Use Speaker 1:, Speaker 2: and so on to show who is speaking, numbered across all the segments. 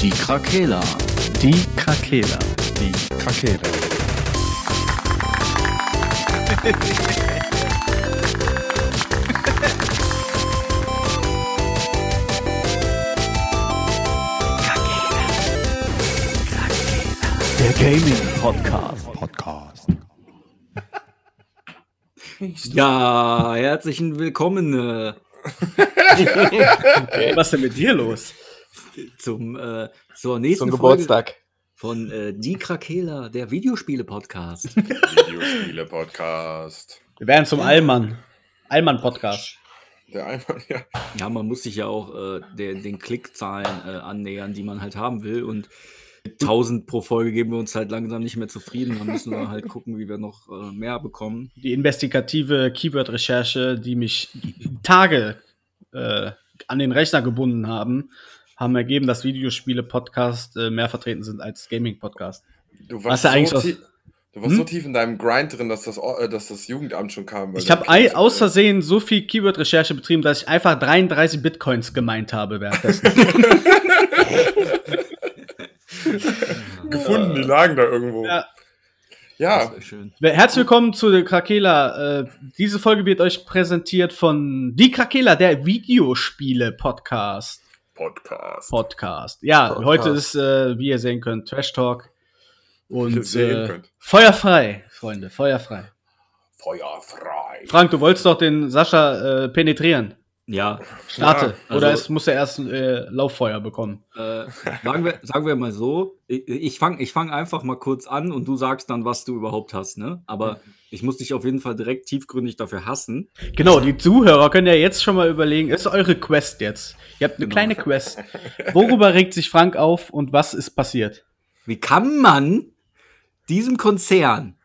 Speaker 1: Die Krakela.
Speaker 2: Die Krakela.
Speaker 1: Die Krakela.
Speaker 2: Der Gaming Podcast.
Speaker 3: Podcast.
Speaker 4: Ja, herzlichen Willkommen äh,
Speaker 2: Was ist denn mit dir los?
Speaker 4: zum, äh, zur nächsten
Speaker 5: Zum Geburtstag.
Speaker 4: Folge von äh, Die Krakela, der Videospiele-Podcast.
Speaker 3: Videospiele-Podcast.
Speaker 2: Wir werden zum Allmann. Allmann Podcast.
Speaker 3: Der einmal, ja.
Speaker 4: ja, man muss sich ja auch äh, der, den Klickzahlen äh, annähern, die man halt haben will. Und mit 1000 pro Folge geben wir uns halt langsam nicht mehr zufrieden. Da müssen wir halt gucken, wie wir noch äh, mehr bekommen.
Speaker 2: Die investigative Keyword-Recherche, die mich Tage äh, an den Rechner gebunden haben, haben ergeben, dass Videospiele Podcast äh, mehr vertreten sind als Gaming Podcast.
Speaker 3: Du
Speaker 2: Hast du eigentlich aus-
Speaker 3: tief, du warst
Speaker 2: Hm?
Speaker 3: so tief in deinem Grind drin, dass das, Or- äh, dass das Jugendamt schon kam. weil
Speaker 2: Ich
Speaker 3: du
Speaker 2: habe
Speaker 3: Kind bist.
Speaker 2: aus Versehen so viel Keyword-Recherche betrieben, dass ich einfach 33 Bitcoins gemeint habe währenddessen.
Speaker 3: Gefunden, die lagen da irgendwo.
Speaker 2: Ja.
Speaker 3: Ja.
Speaker 4: Das wär schön.
Speaker 2: Herzlich willkommen zu der Krakela. Äh, diese Folge wird euch präsentiert von Die Krakela, der Videospiele-Podcast.
Speaker 3: Podcast.
Speaker 2: Podcast. Ja,
Speaker 5: Podcast.
Speaker 2: heute ist, äh, wie ihr sehen könnt, Trash Talk.
Speaker 3: Wie
Speaker 2: Und
Speaker 3: ihr sehen
Speaker 2: äh,
Speaker 3: könnt.
Speaker 2: feuerfrei, Freunde, feuerfrei.
Speaker 3: Feuerfrei.
Speaker 2: Frank, du wolltest doch den Sascha äh, penetrieren.
Speaker 4: Ja,
Speaker 2: Starte.
Speaker 4: also-
Speaker 2: Oder es muss er erst ein äh, Lauffeuer bekommen.
Speaker 4: äh, sagen, wir, sagen wir mal so, ich, ich fange ich fang einfach mal kurz an und du sagst dann, was du überhaupt hast. Ne? Aber
Speaker 3: Mhm.
Speaker 4: ich muss dich auf jeden Fall direkt tiefgründig dafür hassen.
Speaker 2: Genau, die Zuhörer können ja jetzt schon mal überlegen, ist eure Quest jetzt? Ihr habt eine
Speaker 4: Genau.
Speaker 2: kleine Quest. Worüber regt sich Frank auf und was ist passiert?
Speaker 4: Wie kann man diesem Konzern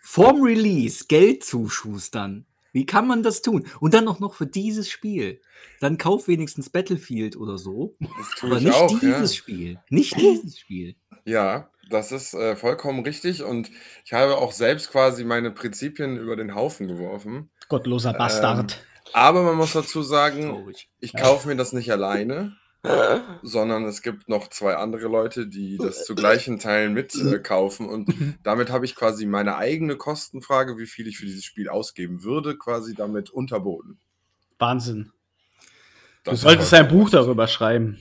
Speaker 4: vorm Release Geld zuschustern? Wie kann man das tun? Und dann auch noch für dieses Spiel. Dann kauf wenigstens Battlefield oder so.
Speaker 3: Das tue
Speaker 4: Aber
Speaker 3: ich
Speaker 4: nicht
Speaker 3: auch, ja.
Speaker 4: dieses Spiel. Nicht dieses Spiel.
Speaker 3: Ja, das ist äh, vollkommen richtig und ich habe auch selbst quasi meine Prinzipien über den Haufen geworfen. Ähm,
Speaker 2: Gottloser Bastard.
Speaker 3: Aber man muss dazu sagen,
Speaker 4: Traurig.
Speaker 3: ich kaufe mir das nicht alleine, sondern es gibt noch zwei andere Leute, die das zu gleichen Teilen mitkaufen äh, kaufen. und damit habe ich quasi meine eigene Kostenfrage, wie viel ich für dieses Spiel ausgeben würde, quasi damit unterboten.
Speaker 2: Wahnsinn. Du
Speaker 3: Das ist
Speaker 2: solltest
Speaker 3: voll-
Speaker 2: ein Buch darüber schreiben.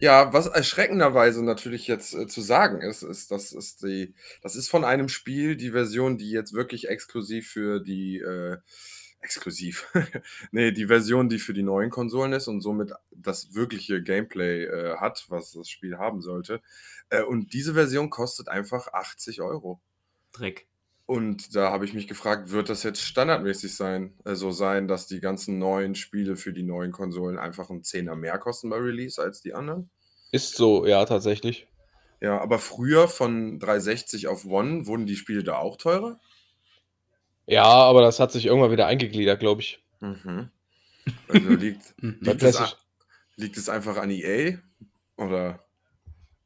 Speaker 3: Ja, was erschreckenderweise natürlich jetzt äh, zu sagen ist, ist, das ist die, das ist von einem Spiel die Version, die jetzt wirklich exklusiv für die äh, exklusiv, nee, die Version, die für die neuen Konsolen ist und somit das wirkliche Gameplay äh, hat, was das Spiel haben sollte. Äh, und diese Version kostet einfach 80 Euro.
Speaker 4: Dreck.
Speaker 3: Und da habe ich mich gefragt, wird das jetzt standardmäßig sein, äh, so sein, dass die ganzen neuen Spiele für die neuen Konsolen einfach einen Zehner mehr kosten bei Release als die anderen?
Speaker 5: Ist so, ja, tatsächlich.
Speaker 3: Ja, aber früher von 360 auf One wurden die Spiele da auch teurer?
Speaker 5: Ja, aber das hat sich irgendwann wieder eingegliedert, glaube ich.
Speaker 3: Mhm. Also liegt,
Speaker 2: Mhm.
Speaker 5: Bei
Speaker 3: liegt, es,
Speaker 5: Classic.
Speaker 3: a- liegt es einfach an EA? Oder?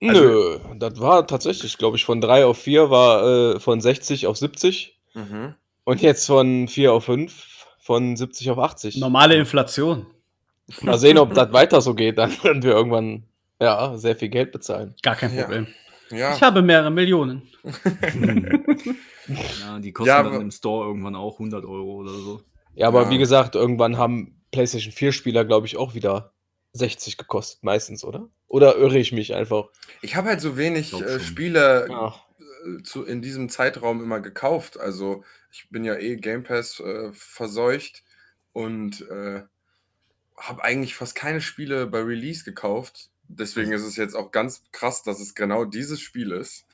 Speaker 3: Also-
Speaker 5: Nö, das war tatsächlich, glaube ich, von 3 auf 4 war äh, von 60 auf 70
Speaker 3: Mhm.
Speaker 5: und jetzt von 4 auf 5 von 70 auf 80.
Speaker 2: Normale Inflation.
Speaker 5: Mal sehen, ob das weiter so geht, dann werden wir irgendwann ja, sehr viel Geld bezahlen.
Speaker 2: Gar kein
Speaker 3: Ja.
Speaker 2: Problem.
Speaker 3: Ja,
Speaker 2: Ich habe mehrere Millionen.
Speaker 4: Ja, die kosten
Speaker 3: Ja,
Speaker 4: dann
Speaker 3: aber-
Speaker 4: im Store irgendwann auch 100 Euro oder so.
Speaker 5: Ja, aber
Speaker 3: Ja.
Speaker 5: wie gesagt, irgendwann haben PlayStation 4 Spieler, glaube ich, auch wieder 60 gekostet, meistens, oder? Oder irre ich mich einfach?
Speaker 3: ich habe halt so wenig
Speaker 4: Glaub
Speaker 3: äh,
Speaker 4: schon.
Speaker 3: Spiele
Speaker 5: Ja.
Speaker 3: äh, zu, in diesem Zeitraum immer gekauft. Also ich bin ja eh Game Pass äh, verseucht und äh, habe eigentlich fast keine Spiele bei Release gekauft.
Speaker 4: Mhm.
Speaker 3: Deswegen ist es jetzt auch ganz krass, dass es genau dieses Spiel ist.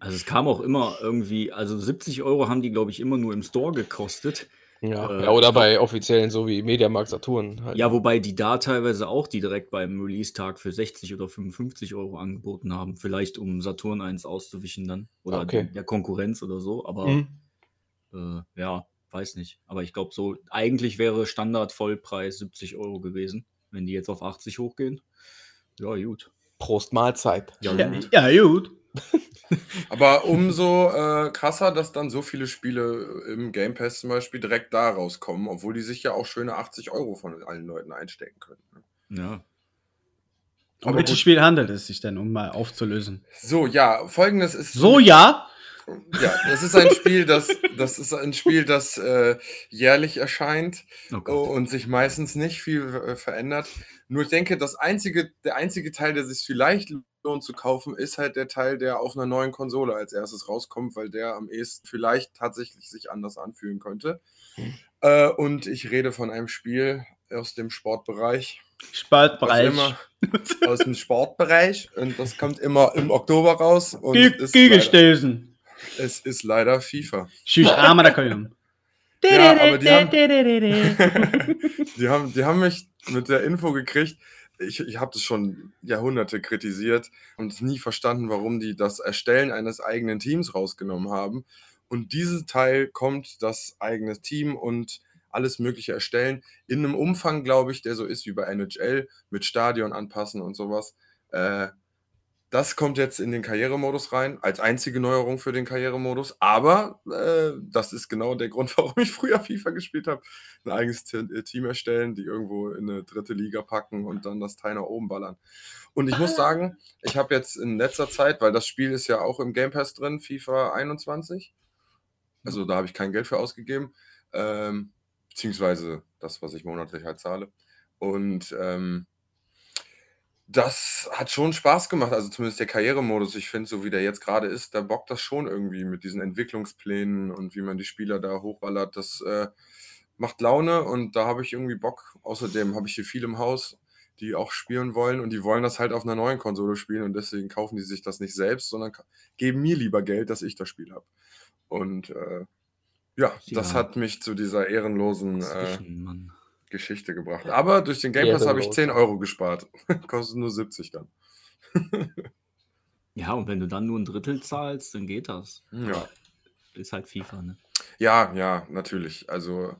Speaker 4: Also es kam auch immer irgendwie, also 70 Euro haben die, glaube ich, immer nur im Store gekostet.
Speaker 5: Ja,
Speaker 4: Äh,
Speaker 5: ja oder
Speaker 4: ich glaub-
Speaker 5: bei offiziellen, so wie Mediamarkt Saturn. Halt.
Speaker 4: Ja, wobei die da teilweise auch die direkt beim Release-Tag für 60 oder 55 Euro angeboten haben. Vielleicht um Saturn 1 auszuwischen dann. Oder
Speaker 5: Okay.
Speaker 4: der Konkurrenz oder so. Aber
Speaker 5: Mhm.
Speaker 4: äh, ja, weiß nicht. Aber ich glaube so, eigentlich wäre Standard-Vollpreis 70 Euro gewesen. Wenn die jetzt auf 80 hochgehen. Ja, gut.
Speaker 5: Prost Mahlzeit.
Speaker 4: Ja,
Speaker 2: Ja,
Speaker 4: gut.
Speaker 2: ja gut. Um
Speaker 3: Aber umso äh, krasser, dass dann so viele Spiele im Game Pass zum Beispiel direkt da rauskommen, obwohl die sich ja auch schöne 80 Euro von allen Leuten einstecken können.
Speaker 4: Ja.
Speaker 2: Um
Speaker 3: ne? Aber
Speaker 2: welches
Speaker 3: gut.
Speaker 2: Spiel handelt es sich denn, um mal aufzulösen?
Speaker 3: So, ja, folgendes ist.
Speaker 2: So, ja.
Speaker 3: Ja, das ist ein Spiel, das, das ist ein Spiel, das äh, jährlich erscheint
Speaker 4: Oh
Speaker 3: äh, und sich meistens nicht viel äh, verändert. Nur ich denke, das einzige, der einzige Teil, der sich vielleicht lohnt zu kaufen, ist halt der Teil, der auf einer neuen Konsole als erstes rauskommt, weil der am ehesten vielleicht tatsächlich sich anders anfühlen könnte. Äh, und ich rede von einem Spiel aus dem Sportbereich.
Speaker 2: Spaltbereich.
Speaker 3: Was immer aus dem Sportbereich. Und das kommt immer im Oktober raus. Und
Speaker 2: Ge-
Speaker 3: ist leider,
Speaker 2: Gegenstößen.
Speaker 3: es ist leider FIFA.
Speaker 2: Tschüss, armer der Köln.
Speaker 3: Ja, aber die haben- die, haben, die haben mich mit der Info gekriegt. Ich, ich habe das schon Jahrhunderte kritisiert und nie verstanden, warum die das Erstellen eines eigenen Teams rausgenommen haben. Und dieses Teil kommt das eigene Team und alles Mögliche erstellen. In einem Umfang, glaube ich, der so ist wie bei NHL, mit Stadion anpassen und sowas. Äh, das kommt jetzt in den Karrieremodus rein, als einzige Neuerung für den Karrieremodus. Aber äh, das ist genau der Grund, warum ich früher FIFA gespielt habe ein eigenes Te- äh, Team erstellen, die irgendwo in eine dritte Liga packen und dann das Teil nach oben ballern. Und ich muss sagen, ich habe jetzt in letzter Zeit, weil das Spiel ist ja auch im Game Pass drin, FIFA 21. Also da habe ich kein Geld für ausgegeben, ähm, beziehungsweise das, was ich monatlich halt zahle. Und ähm, das hat schon Spaß gemacht, also zumindest der Karrieremodus. Ich finde, so wie der jetzt gerade ist, da bockt das schon irgendwie mit diesen Entwicklungsplänen und wie man die Spieler da hochballert. Das äh, macht Laune und da habe ich irgendwie Bock. Außerdem habe ich hier viel im Haus, die auch spielen wollen und die wollen das halt auf einer neuen Konsole spielen und deswegen kaufen die sich das nicht selbst, sondern ka- geben mir lieber Geld, dass ich das Spiel habe. Und äh, ja, das
Speaker 4: Ja.
Speaker 3: hat mich zu dieser ehrenlosen äh,
Speaker 4: Mann.
Speaker 3: Geschichte gebracht. Aber durch den Game Pass habe ich
Speaker 5: Ehrenlos.
Speaker 3: 10 Euro gespart. Kostet nur 70 dann.
Speaker 4: Ja, und wenn du dann nur ein Drittel zahlst, dann geht das.
Speaker 2: Hm,
Speaker 3: Ja,
Speaker 4: Ist halt FIFA, ne?
Speaker 3: ja, ja natürlich. Also,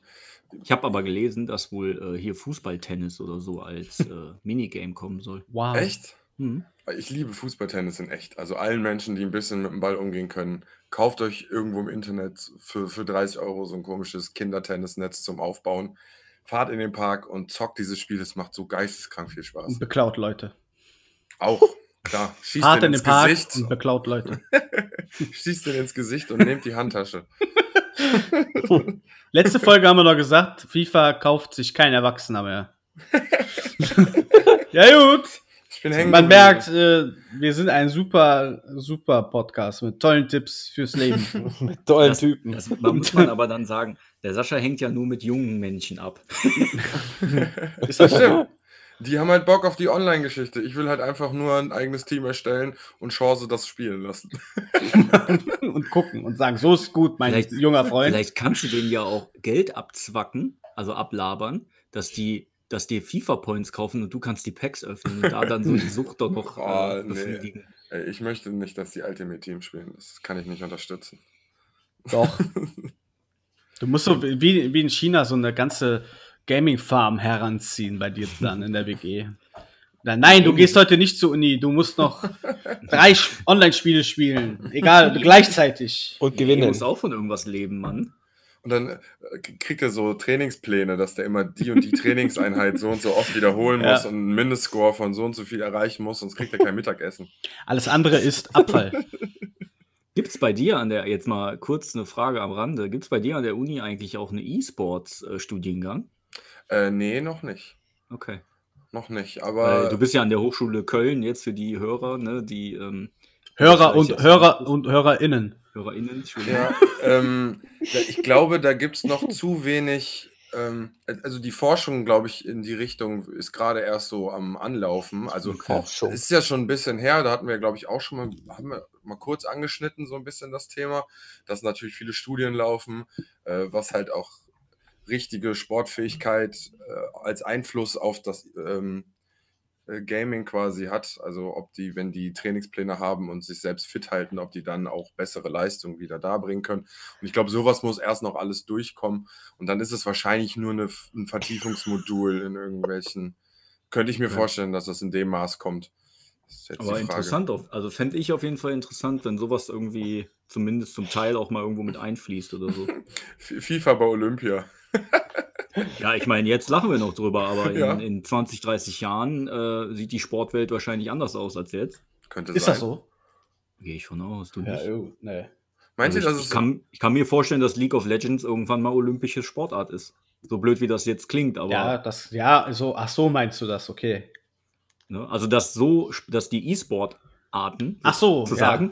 Speaker 4: Ich habe aber gelesen, dass wohl äh, hier Fußballtennis oder so als äh, Minigame kommen soll.
Speaker 2: Wow.
Speaker 3: echt?
Speaker 4: Hm.
Speaker 3: Ich liebe Fußballtennis in echt. Also allen Menschen, die ein bisschen mit dem Ball umgehen können, kauft euch irgendwo im Internet für, für 30 Euro so ein komisches Kindertennisnetz zum Aufbauen. Fahrt in den Park und zockt dieses Spiel. Es macht so geisteskrank viel
Speaker 2: Und
Speaker 3: Spaß.
Speaker 2: beklaut Leute.
Speaker 3: Auch, klar. Schießt
Speaker 2: Hart
Speaker 3: den
Speaker 2: in den
Speaker 3: ins
Speaker 2: Park
Speaker 3: Gesicht.
Speaker 2: und beklaut Leute.
Speaker 3: Schießt den ins Gesicht und nehmt die Handtasche.
Speaker 2: Letzte Folge haben wir noch gesagt, FIFA kauft sich kein Erwachsener mehr. ja gut.
Speaker 3: Ich bin hängen
Speaker 2: Man
Speaker 3: geblieben.
Speaker 2: merkt, äh, wir sind ein super, super Podcast mit tollen Tipps fürs Leben.
Speaker 5: Mit tollen
Speaker 4: Das-
Speaker 5: Typen.
Speaker 4: Das man muss man aber dann sagen, der Sascha hängt ja nur mit jungen Menschen ab.
Speaker 2: Ist
Speaker 3: Das
Speaker 2: das
Speaker 3: stimmt. Die haben halt Bock auf die Online-Geschichte. Ich will halt einfach nur ein eigenes Team erstellen und Chance das spielen lassen.
Speaker 2: so? und gucken und sagen, so ist gut, mein
Speaker 4: Vielleicht-
Speaker 2: junger Freund.
Speaker 4: Vielleicht kannst du denen ja auch Geld abzwacken, also ablabern, dass die, dass die FIFA-Points kaufen und du kannst die Packs öffnen und da dann so die Sucht doch noch
Speaker 3: Ah,
Speaker 4: äh,
Speaker 3: nee.
Speaker 4: befriedigen.
Speaker 3: Ey, ich möchte nicht, dass die Ultimate Team spielen. Das kann ich nicht unterstützen.
Speaker 2: Doch. Du musst so wie, wie in China so eine ganze Gaming-Farm heranziehen bei dir dann in der WG. Dann, nein, du gehst heute nicht zur Uni, du musst noch drei Sch- Online-Spiele spielen. Egal, gleichzeitig.
Speaker 5: Und
Speaker 4: Du
Speaker 5: gewinnen.
Speaker 4: musst auch von irgendwas leben, Mann.
Speaker 3: Und dann äh, k- kriegt er so Trainingspläne, dass der immer die und die Trainingseinheit so und so oft wiederholen
Speaker 2: Ja.
Speaker 3: muss und einen Mindestscore von so und so viel erreichen muss, sonst kriegt er kein Mittagessen.
Speaker 2: Alles andere ist Abfall.
Speaker 4: Gibt es bei dir an der, jetzt mal kurz eine Frage am Rande, gibt es bei dir an der Uni eigentlich auch einen E-Sports-Studiengang?
Speaker 3: Äh, nee, noch nicht.
Speaker 4: Okay.
Speaker 3: Noch nicht.
Speaker 4: Weil
Speaker 3: Aber
Speaker 4: du bist ja an der Hochschule Köln, jetzt für die Hörer, ne, die ähm,
Speaker 2: Hörer und Hörer und HörerInnen.
Speaker 4: HörerInnen. Entschuldigung.
Speaker 3: ja, ähm, da- ich glaube, da gibt es noch zu wenig. Ähm, also die Forschung, glaube ich, in die Richtung ist gerade erst so am Anlaufen. Also
Speaker 4: Okay.
Speaker 5: Forschung.
Speaker 3: Es ist ja schon ein bisschen her, da hatten wir, glaube ich, auch schon mal, haben wir mal kurz angeschnitten, so ein bisschen das Thema, dass natürlich viele Studien laufen, äh, was halt auch richtige Sportfähigkeit äh, als Einfluss auf das ähm, äh, Gaming quasi hat. Also ob die, wenn die Trainingspläne haben und sich selbst fit halten, ob die dann auch bessere Leistung wieder darbringen können. Und ich glaube, sowas muss erst noch alles durchkommen. Und dann ist es wahrscheinlich nur eine, F- ein Vertiefungsmodul in irgendwelchen. Könnte ich mir
Speaker 4: Ja.
Speaker 3: vorstellen, dass das in dem Maß kommt. Das ist jetzt
Speaker 4: Aber
Speaker 3: die Frage.
Speaker 4: interessant, auf, also fände ich auf jeden Fall interessant, wenn sowas irgendwie zumindest zum Teil auch mal irgendwo mit einfließt oder so.
Speaker 3: F- FIFA bei Olympia.
Speaker 4: Ja, ich meine, jetzt lachen wir noch drüber, aber in,
Speaker 3: Ja.
Speaker 4: in 20, 30 Jahren äh, sieht die Sportwelt wahrscheinlich anders aus als jetzt.
Speaker 3: Könnte
Speaker 2: Ist
Speaker 3: sein.
Speaker 2: das so?
Speaker 4: Gehe ich von aus. Du
Speaker 2: Ja,
Speaker 4: nicht?
Speaker 2: oh, nee.
Speaker 3: Meint ihr,
Speaker 4: Also
Speaker 3: dass
Speaker 4: ich, ich,
Speaker 3: es
Speaker 4: kann, ich kann mir vorstellen, dass League of Legends irgendwann mal olympische Sportart ist. So blöd wie das jetzt klingt, aber
Speaker 2: ja, das, ja, so, ach so meinst du das, okay.
Speaker 4: ne, also dass so, dass die E-Sport-Arten
Speaker 2: Ach so,
Speaker 4: zu
Speaker 2: ja.
Speaker 4: sagen,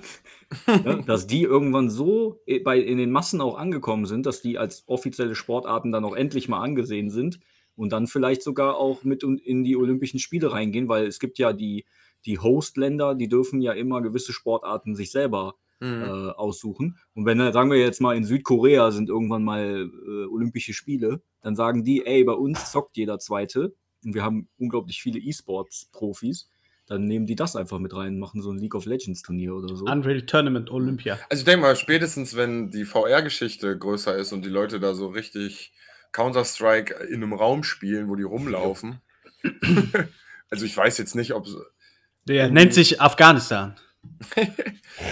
Speaker 4: ne, dass die irgendwann so i- bei, in den Massen auch angekommen sind, dass die als offizielle Sportarten dann auch endlich mal angesehen sind und dann vielleicht sogar auch mit un- in die Olympischen Spiele reingehen, weil es gibt ja die, die Host-Länder, die dürfen ja immer gewisse Sportarten sich selber
Speaker 3: Mhm.
Speaker 4: äh, aussuchen. Und wenn, dann sagen wir jetzt mal, in Südkorea sind irgendwann mal äh, Olympische Spiele, dann sagen die, ey, bei uns zockt jeder Zweite und wir haben unglaublich viele E-Sports-Profis, dann nehmen die das einfach mit rein, machen so ein League of Legends-Turnier oder so.
Speaker 2: Unreal Tournament Olympia.
Speaker 3: Also ich denke mal, spätestens wenn die VR-Geschichte größer ist und die Leute da so richtig Counter-Strike in einem Raum spielen, wo die rumlaufen. also ich weiß jetzt nicht, ob...
Speaker 2: Der nennt sich Afghanistan.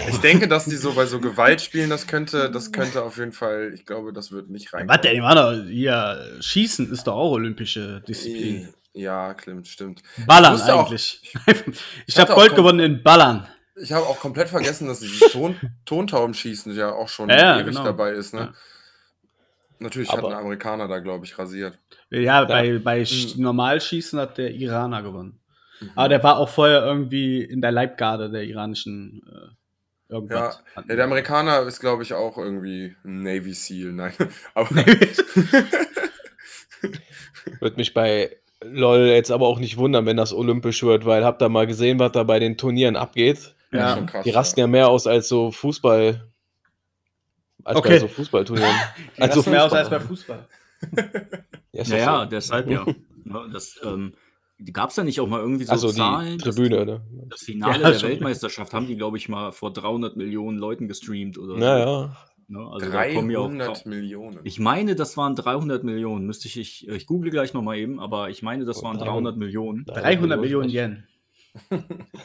Speaker 3: Ich denke, dass die so bei so Gewalt spielen, das könnte, das könnte auf jeden Fall, ich glaube, das wird nicht rein.
Speaker 2: Warte, ey, Mann, hier, Schießen ist doch auch olympische
Speaker 4: Äh,
Speaker 2: Disziplin.
Speaker 3: Äh, Ja, Klimt, stimmt.
Speaker 2: Ballern
Speaker 3: Ich wusste auch-
Speaker 2: eigentlich. ich
Speaker 3: Ich hatte
Speaker 2: habe Gold
Speaker 3: auch-
Speaker 2: gewonnen in Ballern.
Speaker 3: Ich habe auch komplett vergessen, dass dieses Ton Tontaubenschießen ja auch schon
Speaker 2: Ja, ja,
Speaker 3: ewig
Speaker 2: genau.
Speaker 3: dabei ist. Ne?
Speaker 2: Ja.
Speaker 3: Natürlich hat
Speaker 5: Aber-
Speaker 3: ein Amerikaner da, glaube ich, rasiert.
Speaker 2: Ja, bei, bei Sch-
Speaker 3: Mhm.
Speaker 2: Normalschießen hat der Iraner gewonnen. Aber der war auch vorher irgendwie in der Leibgarde der iranischen äh, irgendwas.
Speaker 3: Ja, der Amerikaner ist, glaube ich, auch irgendwie ein Navy SEAL. Nein, aber
Speaker 5: Würde mich bei LOL jetzt aber auch nicht wundern, wenn das olympisch wird, weil habt ihr mal gesehen, was da bei den Turnieren abgeht?
Speaker 2: Ja.
Speaker 3: schon krass.
Speaker 5: Die rasten ja mehr aus als so Fußball. Als
Speaker 2: Okay.
Speaker 5: bei so Fußballturnieren.
Speaker 2: Also das mehr aus als bei
Speaker 5: Fußball.
Speaker 2: Fußball.
Speaker 5: Ja, ist
Speaker 4: ja,
Speaker 5: doch so.
Speaker 4: ja, deshalb ja. Ne, das ähm, gab es ja nicht auch mal irgendwie so
Speaker 5: Also die
Speaker 4: Zahlen? dass
Speaker 5: Tribüne, ne?
Speaker 4: Die, das Finale
Speaker 2: Ja,
Speaker 4: der
Speaker 2: schon.
Speaker 4: Weltmeisterschaft haben die, glaube ich, mal vor 300 Millionen Leuten gestreamt oder so.
Speaker 5: Naja.
Speaker 4: Ne, also da kommen ja auch
Speaker 3: 300 Millionen.
Speaker 4: Ich meine, das waren 300 Millionen. Müsste ich, ich, ich google gleich nochmal eben, aber ich meine, das waren 300 Millionen.
Speaker 2: 300 Millionen Yen.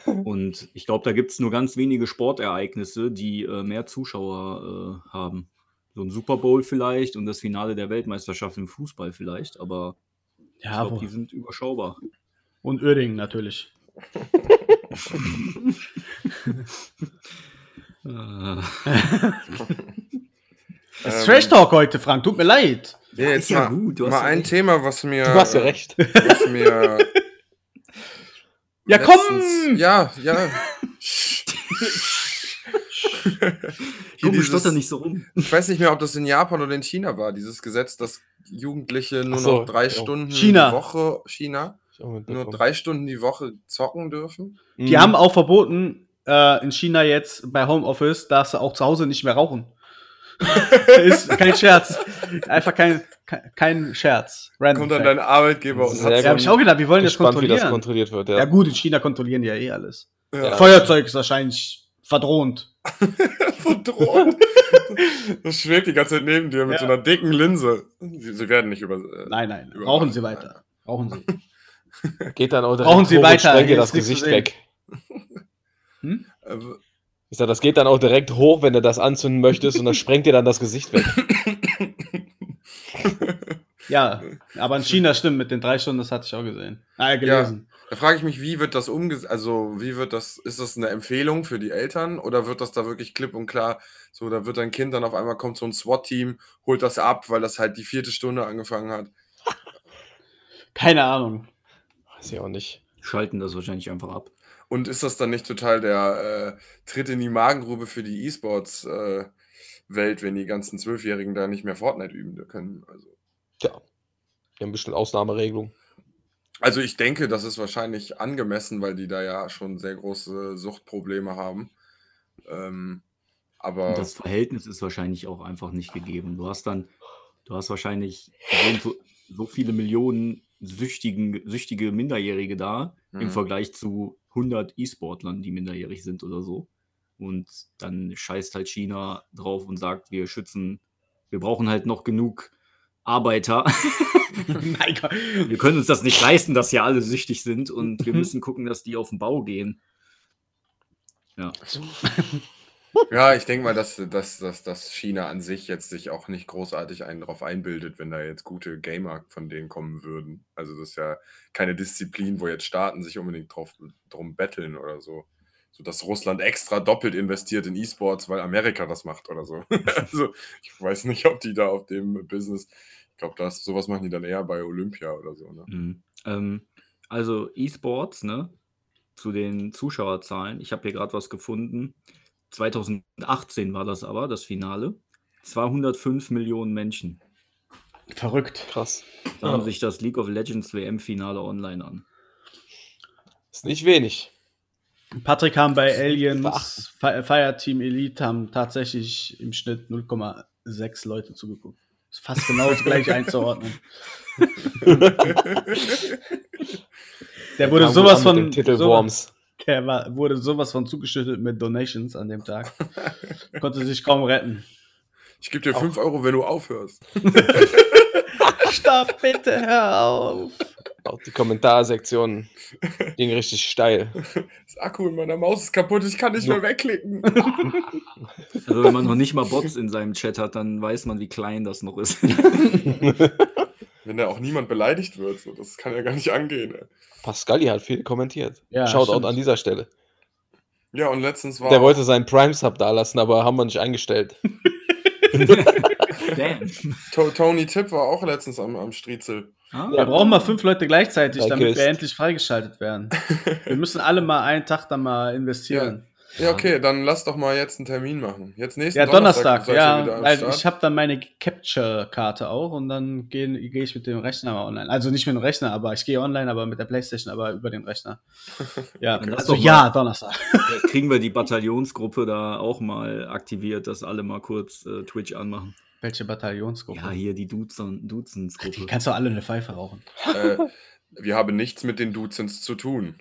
Speaker 4: Und ich glaube, da gibt es nur ganz wenige Sportereignisse, die äh, mehr Zuschauer äh, haben. So ein Super Bowl vielleicht und das Finale der Weltmeisterschaft im Fußball vielleicht, aber ich
Speaker 2: Ja,
Speaker 4: glaube, die
Speaker 2: wo-
Speaker 4: sind überschaubar.
Speaker 2: und Uerdingen natürlich.
Speaker 4: Äh,
Speaker 2: Das ist
Speaker 3: Ähm,
Speaker 2: Trash Talk heute, Frank. Tut mir leid.
Speaker 3: Ja, jetzt
Speaker 4: ist ja
Speaker 3: mal,
Speaker 4: gut, du hast
Speaker 3: mal
Speaker 4: ja
Speaker 3: ein
Speaker 4: recht.
Speaker 3: Thema, was mir.
Speaker 5: Du hast ja
Speaker 3: äh,
Speaker 5: recht.
Speaker 3: Was mir
Speaker 2: Ja, komm!
Speaker 3: letztens- Ja, ja. Hier
Speaker 4: Komm,
Speaker 3: dieses-
Speaker 4: stotter nicht so rum.
Speaker 3: Ich weiß nicht mehr, ob das in Japan oder in China war, dieses Gesetz, dass Jugendliche nur
Speaker 5: Ach so,
Speaker 3: noch drei
Speaker 5: ja.
Speaker 3: Stunden
Speaker 2: China.
Speaker 3: die Woche, China, nur drei Stunden die Woche zocken dürfen.
Speaker 5: Hm.
Speaker 2: Die
Speaker 5: Mhm.
Speaker 2: haben auch verboten äh, in China jetzt bei Homeoffice, darfst du auch zu Hause nicht mehr rauchen. ist kein Scherz. Einfach kein, kein, kein Scherz. Random
Speaker 3: Kommt dann
Speaker 2: Fact.
Speaker 3: dein Arbeitgeber und
Speaker 5: Sehr
Speaker 3: hat
Speaker 5: gut.
Speaker 2: ja, hab ich auch gedacht, wie wollen das
Speaker 5: gespannt, wie
Speaker 2: kontrollieren?
Speaker 5: das kontrolliert wird. Ja.
Speaker 2: ja gut, in China kontrollieren die ja eh alles.
Speaker 5: Ja.
Speaker 2: Feuerzeug ist wahrscheinlich verdrohend.
Speaker 3: verdroht. Das schwebt die ganze Zeit neben dir mit
Speaker 2: Ja.
Speaker 3: so einer dicken Linse. Sie, sie werden nicht über. äh,
Speaker 2: Nein, nein.
Speaker 3: Überwacht.
Speaker 2: Rauchen Sie weiter. Rauchen Sie.
Speaker 5: Geht dann auch direkt
Speaker 2: Brauchen Sie
Speaker 5: hoch und
Speaker 2: weiter,
Speaker 5: sprengt ihr
Speaker 2: hier
Speaker 5: das
Speaker 2: ist nichts zu
Speaker 5: Gesicht
Speaker 2: sehen.
Speaker 5: weg.
Speaker 2: Hm?
Speaker 3: äh,
Speaker 5: Ich sag, das geht dann auch direkt hoch, wenn du das anzünden möchtest und dann sprengt dir dann das Gesicht weg.
Speaker 2: Ja, aber in China stimmt mit den drei Stunden, das hatte ich auch gesehen. Ah, ja, gelesen.
Speaker 3: Da frage ich mich, wie wird das umgesetzt? Also, wie wird das, ist das eine Empfehlung für die Eltern oder wird das da wirklich klipp und klar? So, da wird dein Kind dann auf einmal kommt so ein SWAT-Team, holt das ab, weil das halt die vierte Stunde angefangen hat.
Speaker 2: Keine Ahnung.
Speaker 5: Weiß ich auch nicht.
Speaker 4: Schalten das wahrscheinlich einfach ab.
Speaker 3: Und ist das dann nicht total der äh, Tritt in die Magengrube für die E-Sports-Welt, wenn die ganzen Zwölfjährigen da nicht mehr Fortnite üben können? Also.
Speaker 5: Tja. Wir haben bestimmt Ausnahmeregelung.
Speaker 3: Also ich denke, das ist wahrscheinlich angemessen, weil die da ja schon sehr große Suchtprobleme haben. Ähm, aber
Speaker 4: Und das Verhältnis ist wahrscheinlich auch einfach nicht gegeben. Du hast dann, du hast wahrscheinlich so, so viele Millionen süchtigen, süchtige Minderjährige da im
Speaker 3: Mhm.
Speaker 4: Vergleich zu 100 E-Sportlern, die minderjährig sind oder so. Und dann scheißt halt China drauf und sagt, wir schützen, wir brauchen halt noch genug Arbeiter.
Speaker 2: Mein Gott.
Speaker 4: wir können uns das nicht leisten, dass hier alle süchtig sind und wir müssen gucken, dass die auf den Bau gehen.
Speaker 3: Ja, ich denke mal, dass, dass, dass, dass China an sich jetzt sich auch nicht großartig einen drauf einbildet, wenn da jetzt gute Gamer von denen kommen würden. Also das ist ja keine Disziplin, wo jetzt Staaten sich unbedingt drauf, drum betteln oder so. So dass Russland extra doppelt investiert in E-Sports, weil Amerika das macht oder so. also ich weiß nicht, ob die da auf dem Business, ich glaube, das sowas machen die dann eher bei Olympia oder so. Ne?
Speaker 4: Mhm. Ähm, also E-Sports, ne? Zu den Zuschauerzahlen. Ich habe hier gerade was gefunden. 2018 war das aber, das Finale. 205 Millionen Menschen.
Speaker 2: Verrückt.
Speaker 5: Krass.
Speaker 4: Sahen
Speaker 5: Ja.
Speaker 4: sich das League of Legends WM-Finale online an.
Speaker 5: Ist nicht wenig.
Speaker 2: Patrick haben bei
Speaker 5: Verachten.
Speaker 2: Aliens Fi- Fireteam Elite haben tatsächlich im Schnitt 0,6 Leute zugeguckt. Ist fast genau das gleiche einzuordnen. Der wurde
Speaker 5: Kam gut
Speaker 2: sowas
Speaker 5: an mit
Speaker 2: von
Speaker 5: dem Titel
Speaker 2: so-
Speaker 5: Worms.
Speaker 2: Der war, wurde sowas von zugeschüttet mit Donations an dem Tag. Konnte sich kaum retten.
Speaker 3: Ich gebe dir 5 Euro, wenn du aufhörst.
Speaker 2: Stopp, bitte, hör auf.
Speaker 5: Auch die Kommentarsektion ging richtig steil.
Speaker 3: Das Akku in meiner Maus ist kaputt, ich kann nicht mehr wegklicken.
Speaker 4: Also wenn man noch nicht mal Bots in seinem Chat hat, dann weiß man, wie klein das noch ist.
Speaker 3: Wenn da auch niemand beleidigt wird, so, das kann ja gar nicht angehen. Ey.
Speaker 5: Pascali hat viel kommentiert.
Speaker 2: Ja,
Speaker 5: Shoutout
Speaker 2: stimmt.
Speaker 5: an dieser Stelle.
Speaker 3: Ja, und letztens war.
Speaker 5: Der wollte seinen Prime-Sub da lassen, aber haben wir nicht eingestellt.
Speaker 4: Damn.
Speaker 3: To Tony Tipp war auch letztens am, am Striezel.
Speaker 4: Ah,
Speaker 2: Wir brauchen mal fünf Leute gleichzeitig,
Speaker 5: Danke,
Speaker 2: damit wir
Speaker 5: ist-
Speaker 2: endlich freigeschaltet werden. Wir müssen alle mal einen Tag dann mal investieren.
Speaker 3: Ja, okay, dann lass doch mal jetzt einen Termin machen. Jetzt nächsten
Speaker 2: Ja, Donnerstag,
Speaker 3: seid ihr wieder
Speaker 2: ja. Also
Speaker 3: am
Speaker 2: Weil
Speaker 3: Start.
Speaker 2: ich habe dann meine Capture-Karte auch und dann gehe geh ich mit dem Rechner mal online. Also nicht mit dem Rechner, aber ich gehe online, aber mit der Playstation, aber über den Rechner. Ja,
Speaker 4: Dann lass
Speaker 2: also
Speaker 4: doch mal-
Speaker 2: ja, Donnerstag.
Speaker 4: Vielleicht kriegen wir die Bataillonsgruppe da auch mal aktiviert, dass alle mal kurz äh, Twitch anmachen.
Speaker 2: Welche Bataillonsgruppe?
Speaker 4: Ja, hier die Duzen,
Speaker 2: Die
Speaker 4: Duzensgruppe.
Speaker 2: kannst du alle eine Pfeife rauchen.
Speaker 3: äh, wir haben nichts mit den Duzens zu tun.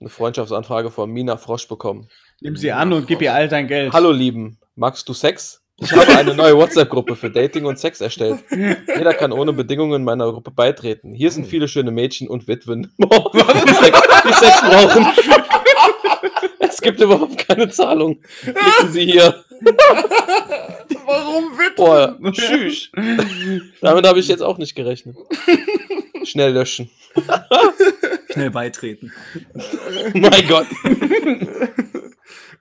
Speaker 5: Eine Freundschaftsanfrage von Mina Frosch bekommen.
Speaker 2: Nimm sie an und gib ihr all dein Geld.
Speaker 5: Hallo Lieben, magst du Sex? Ich habe eine neue WhatsApp-Gruppe für Dating und Sex erstellt. Jeder kann ohne Bedingungen meiner Gruppe beitreten. Hier
Speaker 2: Hm.
Speaker 5: sind viele schöne Mädchen und Witwen, die Sex, die Sex brauchen. Es gibt überhaupt keine Zahlung. Klicken Sie hier.
Speaker 3: Warum wird
Speaker 5: Boah, tschüss. Damit habe ich jetzt auch nicht gerechnet. Schnell löschen.
Speaker 4: Schnell beitreten.
Speaker 5: Mein Gott.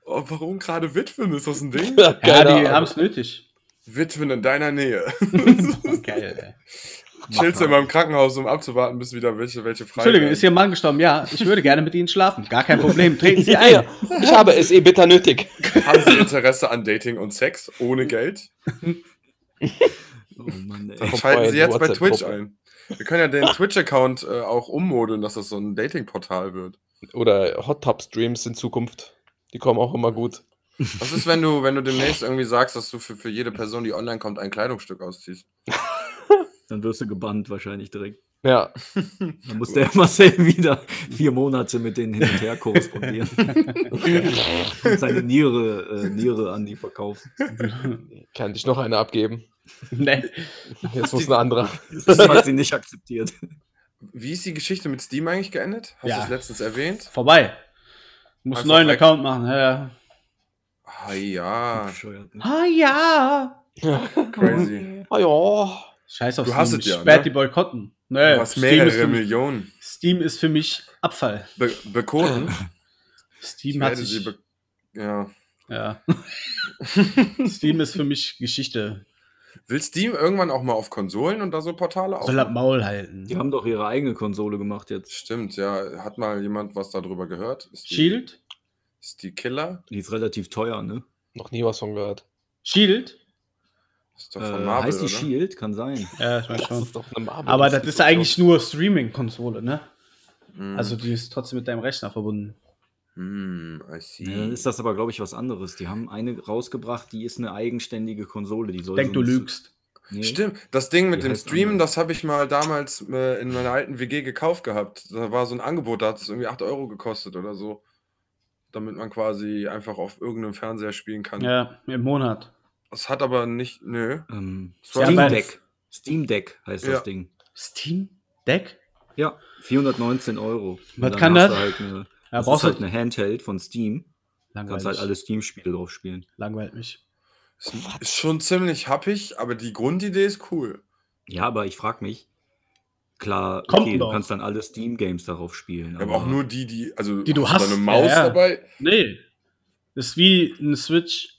Speaker 3: oh, Warum gerade Witwen? Ist das ein Ding?
Speaker 2: Ja, die
Speaker 5: Keine Ahnung.
Speaker 2: haben es nötig.
Speaker 3: Witwen in deiner Nähe.
Speaker 2: Geil, ey.
Speaker 3: Chillst du immer im Krankenhaus, um abzuwarten, bis wieder welche, welche frei
Speaker 2: Entschuldigung,
Speaker 3: werden.
Speaker 2: ist Ihr Mann gestorben? Ja, ich würde gerne mit Ihnen schlafen. Gar kein Problem, treten Sie
Speaker 5: Ja,
Speaker 2: ein.
Speaker 5: ja. Ich habe es eh bitter nötig.
Speaker 3: Haben Sie Interesse an Dating und Sex ohne Geld?
Speaker 4: Oh Mann, ey.
Speaker 5: Kommt
Speaker 3: Schalten
Speaker 5: vorher
Speaker 3: Sie
Speaker 5: in die
Speaker 3: jetzt bei Twitch
Speaker 5: WhatsApp-Gruppe.
Speaker 3: ein. Wir können ja den Twitch-Account äh, auch ummodeln, dass das so ein Dating-Portal wird.
Speaker 5: Oder Hot Tub Streams in Zukunft. Die kommen auch immer gut.
Speaker 3: Was ist, wenn du, wenn du demnächst irgendwie sagst, dass du für, für jede Person, die online kommt, ein Kleidungsstück ausziehst?
Speaker 4: Dann wirst du gebannt wahrscheinlich direkt.
Speaker 5: Ja,
Speaker 4: Dann muss der Marcel wieder vier Monate mit denen hin und her korrespondieren. und seine Niere, äh, Niere an die verkaufen.
Speaker 5: kann dich noch eine abgeben.
Speaker 2: Nee.
Speaker 5: Jetzt muss eine andere.
Speaker 4: Das hat sie nicht akzeptiert.
Speaker 3: Wie ist die Geschichte mit Steam eigentlich geendet? Hast
Speaker 2: Ja.
Speaker 3: du es letztens erwähnt?
Speaker 2: Vorbei. Muss einen
Speaker 3: Einfach
Speaker 2: neuen
Speaker 3: weg.
Speaker 2: Account machen. Ja, ja.
Speaker 3: Ah ja,
Speaker 4: Bescheuert, ne?
Speaker 2: Ah ja.
Speaker 3: crazy.
Speaker 5: Ah ja.
Speaker 2: Scheiß auf
Speaker 3: Du
Speaker 2: Steam.
Speaker 3: hast es
Speaker 2: Ich
Speaker 3: ja,
Speaker 2: sperrt
Speaker 3: ne?
Speaker 2: die Boykotten.
Speaker 3: Du
Speaker 2: Nee,
Speaker 3: hast
Speaker 2: Äh, Steam ist, für
Speaker 3: mehrere
Speaker 2: mich,
Speaker 3: Millionen
Speaker 2: Steam ist für mich Abfall.
Speaker 3: be bekoten. Ich
Speaker 2: Steam hat
Speaker 3: werde
Speaker 2: sich.
Speaker 3: be ja.
Speaker 2: Ja. Steam ist für mich Geschichte.
Speaker 3: Will Steam irgendwann auch mal auf Konsolen und da so Portale
Speaker 2: Soll das
Speaker 3: auf?
Speaker 2: Maul halten.
Speaker 4: Die haben doch ihre eigene Konsole gemacht jetzt.
Speaker 3: Stimmt, ja. Hat mal jemand was darüber gehört? Ist die-
Speaker 2: Shield?
Speaker 3: Ist die Killer?
Speaker 4: Die ist relativ teuer, ne?
Speaker 5: Noch nie was von gehört.
Speaker 2: Shield?
Speaker 3: Ist
Speaker 4: Äh,
Speaker 3: doch von Marvel,
Speaker 4: heißt die
Speaker 3: oder?
Speaker 4: Shield? Kann sein.
Speaker 2: Ja, ich meine schon.
Speaker 5: doch eine Marvel.
Speaker 2: Aber das ist eigentlich nur Streaming-Konsole, ne?
Speaker 3: Mm.
Speaker 2: Also die ist trotzdem mit deinem Rechner verbunden.
Speaker 3: Mm, I see.
Speaker 4: Ja, dann ist das aber, glaube ich, was anderes. Die haben eine rausgebracht, die ist eine eigenständige Konsole. Die soll
Speaker 2: Denk,
Speaker 4: so
Speaker 2: du
Speaker 4: ein-
Speaker 2: lügst.
Speaker 4: Nee.
Speaker 3: Stimmt, das Ding mit
Speaker 4: Wie
Speaker 3: dem
Speaker 4: heißt
Speaker 3: Streamen,
Speaker 4: andere?
Speaker 3: das habe ich mal damals äh, in meiner alten WG gekauft gehabt. Da war so ein Angebot, da hat es irgendwie 8 Euro gekostet oder so. Damit man quasi einfach auf irgendeinem Fernseher spielen kann.
Speaker 2: Ja, im Monat.
Speaker 3: Das hat aber nicht. Nö.
Speaker 4: Ähm,
Speaker 3: Ja,
Speaker 4: Steam
Speaker 2: weil-
Speaker 4: Deck. Steam Deck heißt
Speaker 3: Ja.
Speaker 4: das Ding.
Speaker 2: Steam Deck?
Speaker 4: Ja, 419 Euro. Und
Speaker 2: Was
Speaker 4: dann
Speaker 2: kann
Speaker 4: hast
Speaker 2: das?
Speaker 4: du Halt eine,
Speaker 2: Ja,
Speaker 4: das ist
Speaker 2: brauchst
Speaker 4: halt
Speaker 2: du-
Speaker 4: eine Handheld von Steam. Du
Speaker 2: Langweilt
Speaker 4: kannst halt
Speaker 2: mich.
Speaker 4: alle Steam-Spiele drauf spielen.
Speaker 2: Langweilt mich.
Speaker 3: Ist, ist schon ziemlich happig, aber die Grundidee ist cool.
Speaker 4: Ja, aber ich frage mich, klar,
Speaker 2: Kommt
Speaker 4: okay, du
Speaker 2: noch.
Speaker 4: kannst dann alle Steam-Games darauf spielen.
Speaker 3: Aber auch nur die, die, also
Speaker 2: Die du
Speaker 3: hast
Speaker 2: hast,
Speaker 3: eine Maus
Speaker 2: ja, ja.
Speaker 3: dabei.
Speaker 2: Nee. Ist wie ein Switch.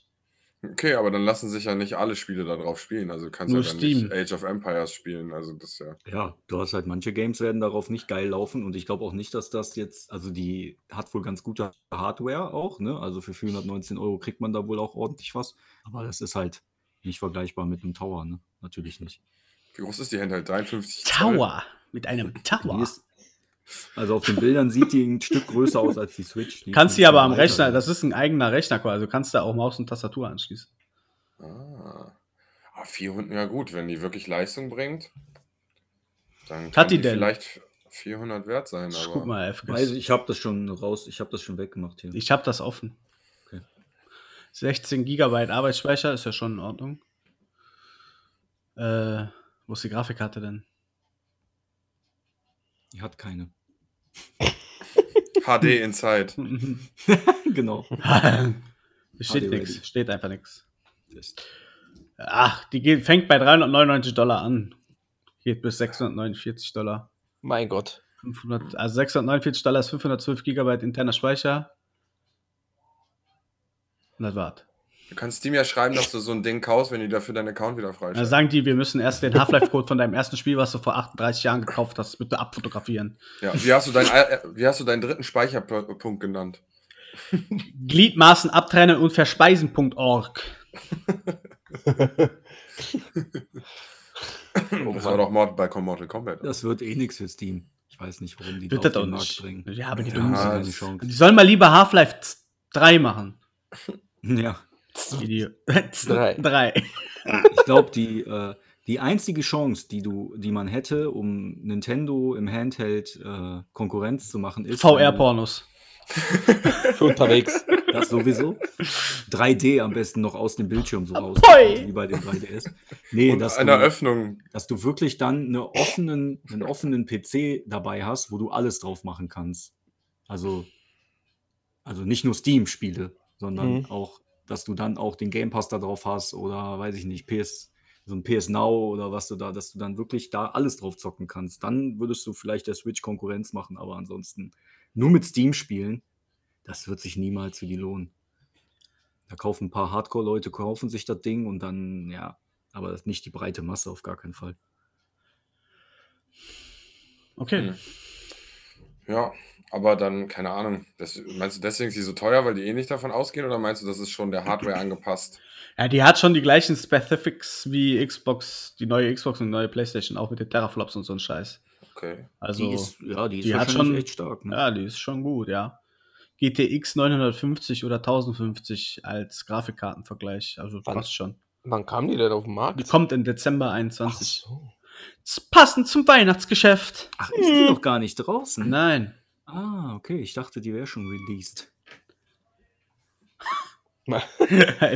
Speaker 3: Okay, aber dann lassen sich ja nicht alle Spiele da drauf spielen. Also du kannst
Speaker 2: Nur
Speaker 3: ja dann
Speaker 2: Steam.
Speaker 3: nicht Age of Empires spielen. Also das ist ja.
Speaker 4: Ja, du hast halt manche Games werden darauf nicht geil laufen und ich glaube auch nicht, dass das jetzt, also die hat wohl ganz gute Hardware auch, ne? Also für 419 Euro kriegt man da wohl auch ordentlich was, aber das ist halt nicht vergleichbar mit einem Tower, ne? Natürlich nicht.
Speaker 3: Wie groß ist die Handheld? 53 Zoll?
Speaker 2: Tower. Mit einem
Speaker 4: Die
Speaker 2: Tower.
Speaker 4: ist, also auf den Bildern sieht die ein Stück größer aus als die Switch. Die
Speaker 2: Kannst
Speaker 4: ist
Speaker 2: die
Speaker 4: ein
Speaker 2: aber am
Speaker 4: bisschen
Speaker 2: Rechner,
Speaker 4: breiter.
Speaker 2: das ist ein eigener Rechner quasi. Du kannst da auch Maus und Tastatur anschließen.
Speaker 3: Ah. Ah, 400, ja gut, wenn die wirklich Leistung bringt, dann
Speaker 2: Hat die denn?
Speaker 3: vielleicht 400 wert sein.
Speaker 2: Ich
Speaker 3: Aber
Speaker 2: guck mal,
Speaker 4: Weiß,
Speaker 2: FGS.
Speaker 4: ich habe das schon raus, ich habe das schon weggemacht hier.
Speaker 2: Ich habe das offen.
Speaker 4: Okay.
Speaker 2: 16 GB Arbeitsspeicher ist ja schon in Ordnung. Äh, wo ist die Grafikkarte denn?
Speaker 4: Die hat keine.
Speaker 3: HD Inside.
Speaker 4: genau.
Speaker 2: Es steht
Speaker 4: HD
Speaker 2: nichts,
Speaker 4: ready.
Speaker 2: steht einfach nichts. Ach, die geht, fängt bei 399 Dollar an. Geht bis 649 Dollar.
Speaker 5: Mein Gott.
Speaker 2: 500, also 649 Dollar ist 512 Gigabyte interner Speicher. Und das war's.
Speaker 3: Du kannst Steam ja schreiben, dass du so ein Ding kaufst, wenn die dafür deinen Account wieder
Speaker 2: Dann
Speaker 3: freischalten.
Speaker 2: Äh, sagen die, wir müssen erst den Half-Life-Code von deinem ersten Spiel, was du vor 38 Jahren gekauft hast, bitte abfotografieren.
Speaker 3: Ja, wie, hast du dein, äh, wie hast du deinen dritten Speicherpunkt genannt?
Speaker 2: Gliedmaßen abtrennen und verspeisen.org.
Speaker 3: Das Oh, war doch Mord bei Mortal Kombat. oder?
Speaker 4: Das wird eh nichts für Steam. Ich weiß nicht, warum die
Speaker 2: Wird
Speaker 4: da
Speaker 2: das auch
Speaker 4: den
Speaker 2: nicht.
Speaker 4: bringen.
Speaker 2: Ja, aber die
Speaker 4: Die
Speaker 3: Ja,
Speaker 4: haben
Speaker 2: Dummen
Speaker 4: da
Speaker 2: sind- halt
Speaker 4: keine
Speaker 3: das-
Speaker 4: Chance.
Speaker 2: Die sollen mal lieber Half-Life 3 machen.
Speaker 4: Ja.
Speaker 2: Idiot.
Speaker 5: Drei.
Speaker 2: Drei.
Speaker 4: Ich glaube, die, äh, die einzige Chance, die, du, die man hätte, um Nintendo im Handheld äh, Konkurrenz zu machen, ist,
Speaker 2: VR-Pornos.
Speaker 5: Für unterwegs.
Speaker 4: wenn du das sowieso 3D am besten noch aus dem Bildschirm so raus,
Speaker 2: Poi!
Speaker 4: wie bei den 3DS. Nee,
Speaker 3: Und
Speaker 4: dass
Speaker 3: einer
Speaker 4: du,
Speaker 3: Öffnung.
Speaker 4: dass du wirklich dann eine offenen, einen offenen PC dabei hast, wo du alles drauf machen kannst. Also, also nicht nur Steam-Spiele, sondern
Speaker 5: Mhm.
Speaker 4: auch, dass du dann auch den Game Pass da drauf hast oder weiß ich nicht, PS, so ein PS Now oder was du da, dass du dann wirklich da alles drauf zocken kannst. Dann würdest du vielleicht der Switch Konkurrenz machen, aber ansonsten nur mit Steam spielen, das wird sich niemals für die lohnen. Da kaufen ein paar Hardcore-Leute, kaufen sich das Ding und dann, ja, aber das ist nicht die breite Masse auf gar keinen Fall.
Speaker 2: Okay.
Speaker 3: Hm. Ja, aber dann, keine Ahnung. Das, meinst du, deswegen ist sie so teuer, weil die eh nicht davon ausgehen? Oder meinst du, das ist schon der Hardware angepasst?
Speaker 2: Ja, die hat schon die gleichen Specifics wie Xbox, die neue Xbox und die neue Playstation, auch mit den Teraflops und so ein Scheiß.
Speaker 3: Okay.
Speaker 2: Also,
Speaker 4: die ist, ja, die ist
Speaker 2: die hat
Speaker 4: wahrscheinlich
Speaker 2: schon-
Speaker 4: echt stark. Ne?
Speaker 2: ja, die ist schon gut, ja. GTX 950 oder 1050 als Grafikkartenvergleich, also
Speaker 5: Wann?
Speaker 2: passt schon.
Speaker 5: Wann kam die denn auf den
Speaker 2: Die
Speaker 5: Markt?
Speaker 2: kommt im Dezember
Speaker 5: Ach
Speaker 2: 21.
Speaker 5: so.
Speaker 2: Passend zum Weihnachtsgeschäft.
Speaker 4: Ach, ist
Speaker 3: Hm.
Speaker 4: die noch gar nicht
Speaker 5: Mhm.
Speaker 4: draußen? ne?
Speaker 2: Nein.
Speaker 4: Ah, okay, ich dachte, die wäre schon released.
Speaker 3: Die-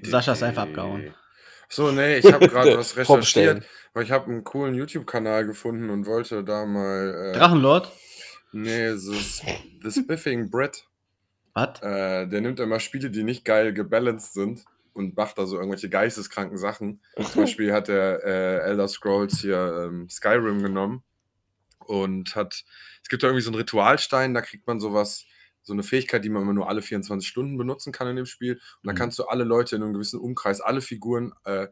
Speaker 3: die-
Speaker 2: Sascha ist
Speaker 3: die-
Speaker 2: einfach abgehauen.
Speaker 3: So, nee, ich habe gerade was
Speaker 5: Der Popstern.
Speaker 3: recherchiert, weil ich habe einen coolen YouTube-Kanal gefunden und wollte da mal. Äh,
Speaker 2: Drachenlord?
Speaker 3: Nee, es ist The Spiffing Brett.
Speaker 2: Was?
Speaker 3: Äh, der nimmt immer Spiele, die nicht geil gebalanced sind und macht da so irgendwelche geisteskranken Sachen. Zum Beispiel hat er äh, Elder Scrolls hier ähm, Skyrim genommen und hat, es gibt da irgendwie so einen Ritualstein, da kriegt man sowas, so eine Fähigkeit, die man immer nur alle 24 Stunden benutzen kann in dem Spiel. Und da
Speaker 4: Mhm.
Speaker 3: kannst du alle Leute in einem gewissen Umkreis, alle Figuren äh,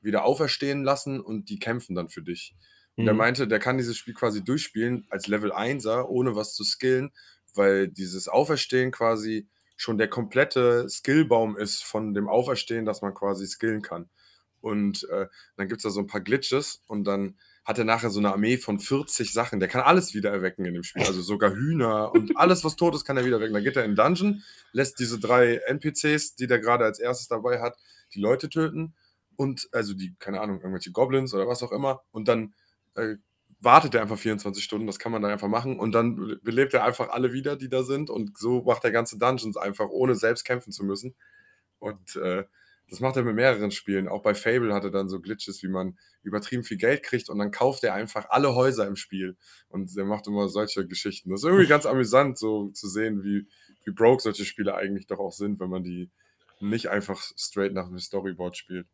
Speaker 3: wieder auferstehen lassen und die kämpfen dann für dich. Und der
Speaker 5: Mhm.
Speaker 3: meinte, der kann dieses Spiel quasi durchspielen als Level 1er, ohne was zu skillen, weil dieses Auferstehen quasi schon der komplette Skillbaum ist von dem Auferstehen, dass man quasi skillen kann. Und äh, dann gibt es da so ein paar Glitches und dann hat er nachher so eine Armee von 40 Sachen. Der kann alles wieder erwecken in dem Spiel. Also sogar Hühner und alles, was tot ist, kann er wieder erwecken. Dann geht er in den Dungeon, lässt diese drei NPCs, die der gerade als erstes dabei hat, die Leute töten. Und also die, keine Ahnung, irgendwelche Goblins oder was auch immer. Und dann äh, wartet er einfach 24 Stunden, das kann man dann einfach machen. Und dann be- belebt er einfach alle wieder, die da sind. Und so macht er ganze Dungeons einfach, ohne selbst kämpfen zu müssen. Und äh, Das macht er mit mehreren Spielen. Auch bei Fable hatte dann so Glitches, wie man übertrieben viel Geld kriegt und dann kauft er einfach alle Häuser im Spiel. Und er macht immer solche Geschichten. Das ist irgendwie ganz amüsant, so zu sehen, wie, wie broke solche Spiele eigentlich doch auch sind, wenn man die nicht einfach straight nach dem Storyboard spielt.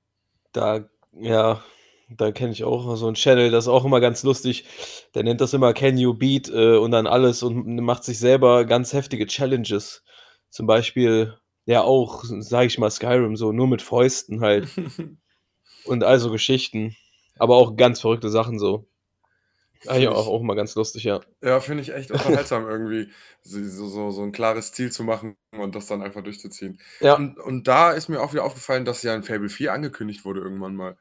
Speaker 5: Da, ja, da kenne ich auch so einen Channel, das ist auch immer ganz lustig. Der nennt das immer Can You Beat äh, und dann alles und macht sich selber ganz heftige Challenges. Zum Beispiel, ja, auch, sage ich mal, Skyrim, so nur mit Fäusten halt. und also Geschichten. Aber auch ganz verrückte Sachen so. Ah, ja, auch, auch immer ganz lustig, ja.
Speaker 3: Ja, finde ich echt unterhaltsam, irgendwie so, so- so, so ein klares Ziel zu machen und das dann einfach durchzuziehen.
Speaker 5: Ja.
Speaker 3: Und, und da ist mir auch wieder aufgefallen, dass ja ein Fable 4 angekündigt wurde irgendwann mal.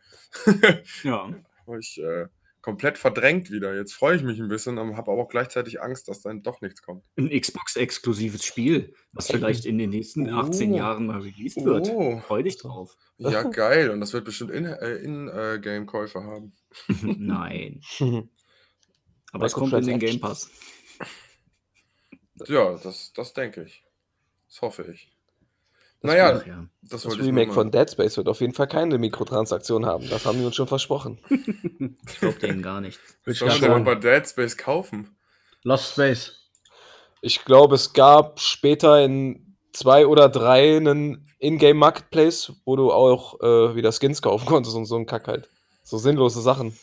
Speaker 4: Ja.
Speaker 3: Habe ich äh, komplett verdrängt wieder. Jetzt freue ich mich ein bisschen, aber habe aber auch gleichzeitig Angst, dass dann doch nichts kommt.
Speaker 4: Ein Xbox-exklusives Spiel, was
Speaker 2: Oh.
Speaker 4: vielleicht in den nächsten 18
Speaker 3: Oh.
Speaker 4: Jahren mal released wird.
Speaker 3: Oh.
Speaker 4: Freu dich drauf.
Speaker 3: Ja, geil. Und das wird bestimmt In-Game-Käufer in, äh, Game-Käufer haben.
Speaker 4: Nein. Aber es
Speaker 5: Microtransactions.
Speaker 4: kommt in den Game Pass.
Speaker 3: Ja, das, das denke ich. Das hoffe ich. naja,
Speaker 4: Ach ja.
Speaker 3: das
Speaker 5: Das
Speaker 3: wollte ich nur
Speaker 5: Remake
Speaker 3: mal-
Speaker 5: von Dead Space wird auf jeden Fall keine Mikrotransaktion haben. Das haben die uns schon versprochen.
Speaker 4: Ich glaube denen gar nicht.
Speaker 2: Will ich
Speaker 3: Soll
Speaker 2: grad
Speaker 3: man denn mal
Speaker 2: sagen.
Speaker 3: bei Dead Space kaufen?
Speaker 2: Lost Space.
Speaker 5: Ich glaube, es gab später in zwei oder drei einen Ingame Marketplace, wo du auch äh, wieder Skins kaufen konntest und so ein Kack halt. So sinnlose Sachen,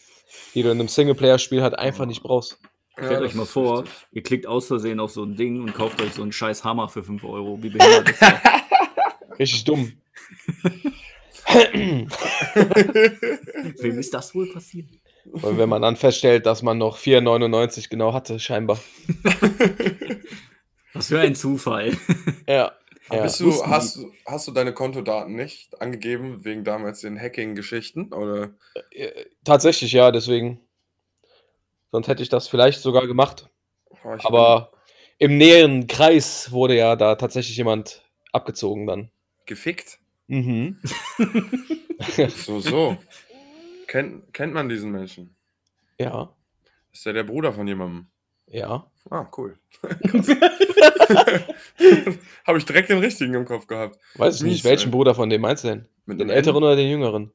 Speaker 5: die du in einem Singleplayer-Spiel halt einfach nicht brauchst.
Speaker 4: Stellt
Speaker 3: Ja,
Speaker 4: euch
Speaker 3: das
Speaker 4: mal
Speaker 3: ist
Speaker 4: vor,
Speaker 3: richtig.
Speaker 4: ihr klickt aus Versehen auf so ein Ding und kauft euch so einen scheiß Hammer für 5 Euro. Wie behindert ist das?
Speaker 5: Richtig dumm.
Speaker 4: Wem ist das wohl passiert?
Speaker 5: Und wenn man dann feststellt, dass man noch 4,99 genau hatte, scheinbar.
Speaker 4: Was für ein Zufall.
Speaker 5: Ja.
Speaker 3: Aber
Speaker 5: ja.
Speaker 3: Bist du, hast, du- hast du deine Kontodaten nicht angegeben, wegen damals den Hacking-Geschichten? Oder
Speaker 5: Äh, Tatsächlich, ja, deswegen. Sonst hätte ich das vielleicht sogar gemacht.
Speaker 3: Oh, ich
Speaker 5: Aber im näheren Kreis wurde ja da tatsächlich jemand abgezogen dann.
Speaker 3: bin gefickt?
Speaker 5: Mhm.
Speaker 3: So, so. kennt, kennt man diesen Menschen?
Speaker 5: Ja,
Speaker 3: Ist ja der Bruder von jemandem.
Speaker 5: ja.
Speaker 3: Ah, cool. Habe ich direkt den richtigen im Kopf gehabt.
Speaker 5: Weiß ich
Speaker 3: Mies,
Speaker 5: nicht, welchen
Speaker 3: ey.
Speaker 5: Bruder von dem meinst du denn?
Speaker 3: äh, Mit
Speaker 5: Den
Speaker 3: einem
Speaker 5: älteren oder den jüngeren?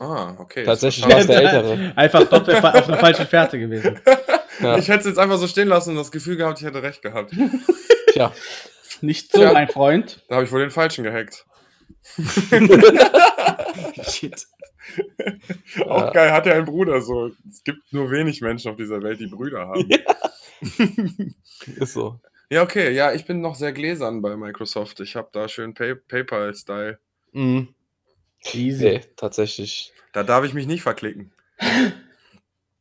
Speaker 3: N? Ah, okay.
Speaker 5: Tatsächlich
Speaker 3: Das
Speaker 5: war's der Ältere.
Speaker 2: Einfach doch der, auf der falschen Fährte gewesen.
Speaker 5: Ja,
Speaker 3: Ich hätte es jetzt einfach so stehen lassen und das Gefühl gehabt, ich hätte recht gehabt.
Speaker 5: tja.
Speaker 2: Nicht so,
Speaker 3: Ja.
Speaker 2: mein Freund.
Speaker 3: Da habe ich wohl den Falschen gehackt.
Speaker 4: Shit.
Speaker 3: Auch
Speaker 5: Ja.
Speaker 3: geil, hat er einen Bruder so. Es gibt nur wenig Menschen auf dieser Welt, die Brüder haben.
Speaker 5: Ist so.
Speaker 3: Ja, okay, ja, ich bin noch sehr gläsern bei Microsoft. Ich habe da schön Pay PayPal-Style.
Speaker 5: Mhm. Nee,
Speaker 2: Easy.
Speaker 5: tatsächlich.
Speaker 3: Da darf ich mich nicht verklicken.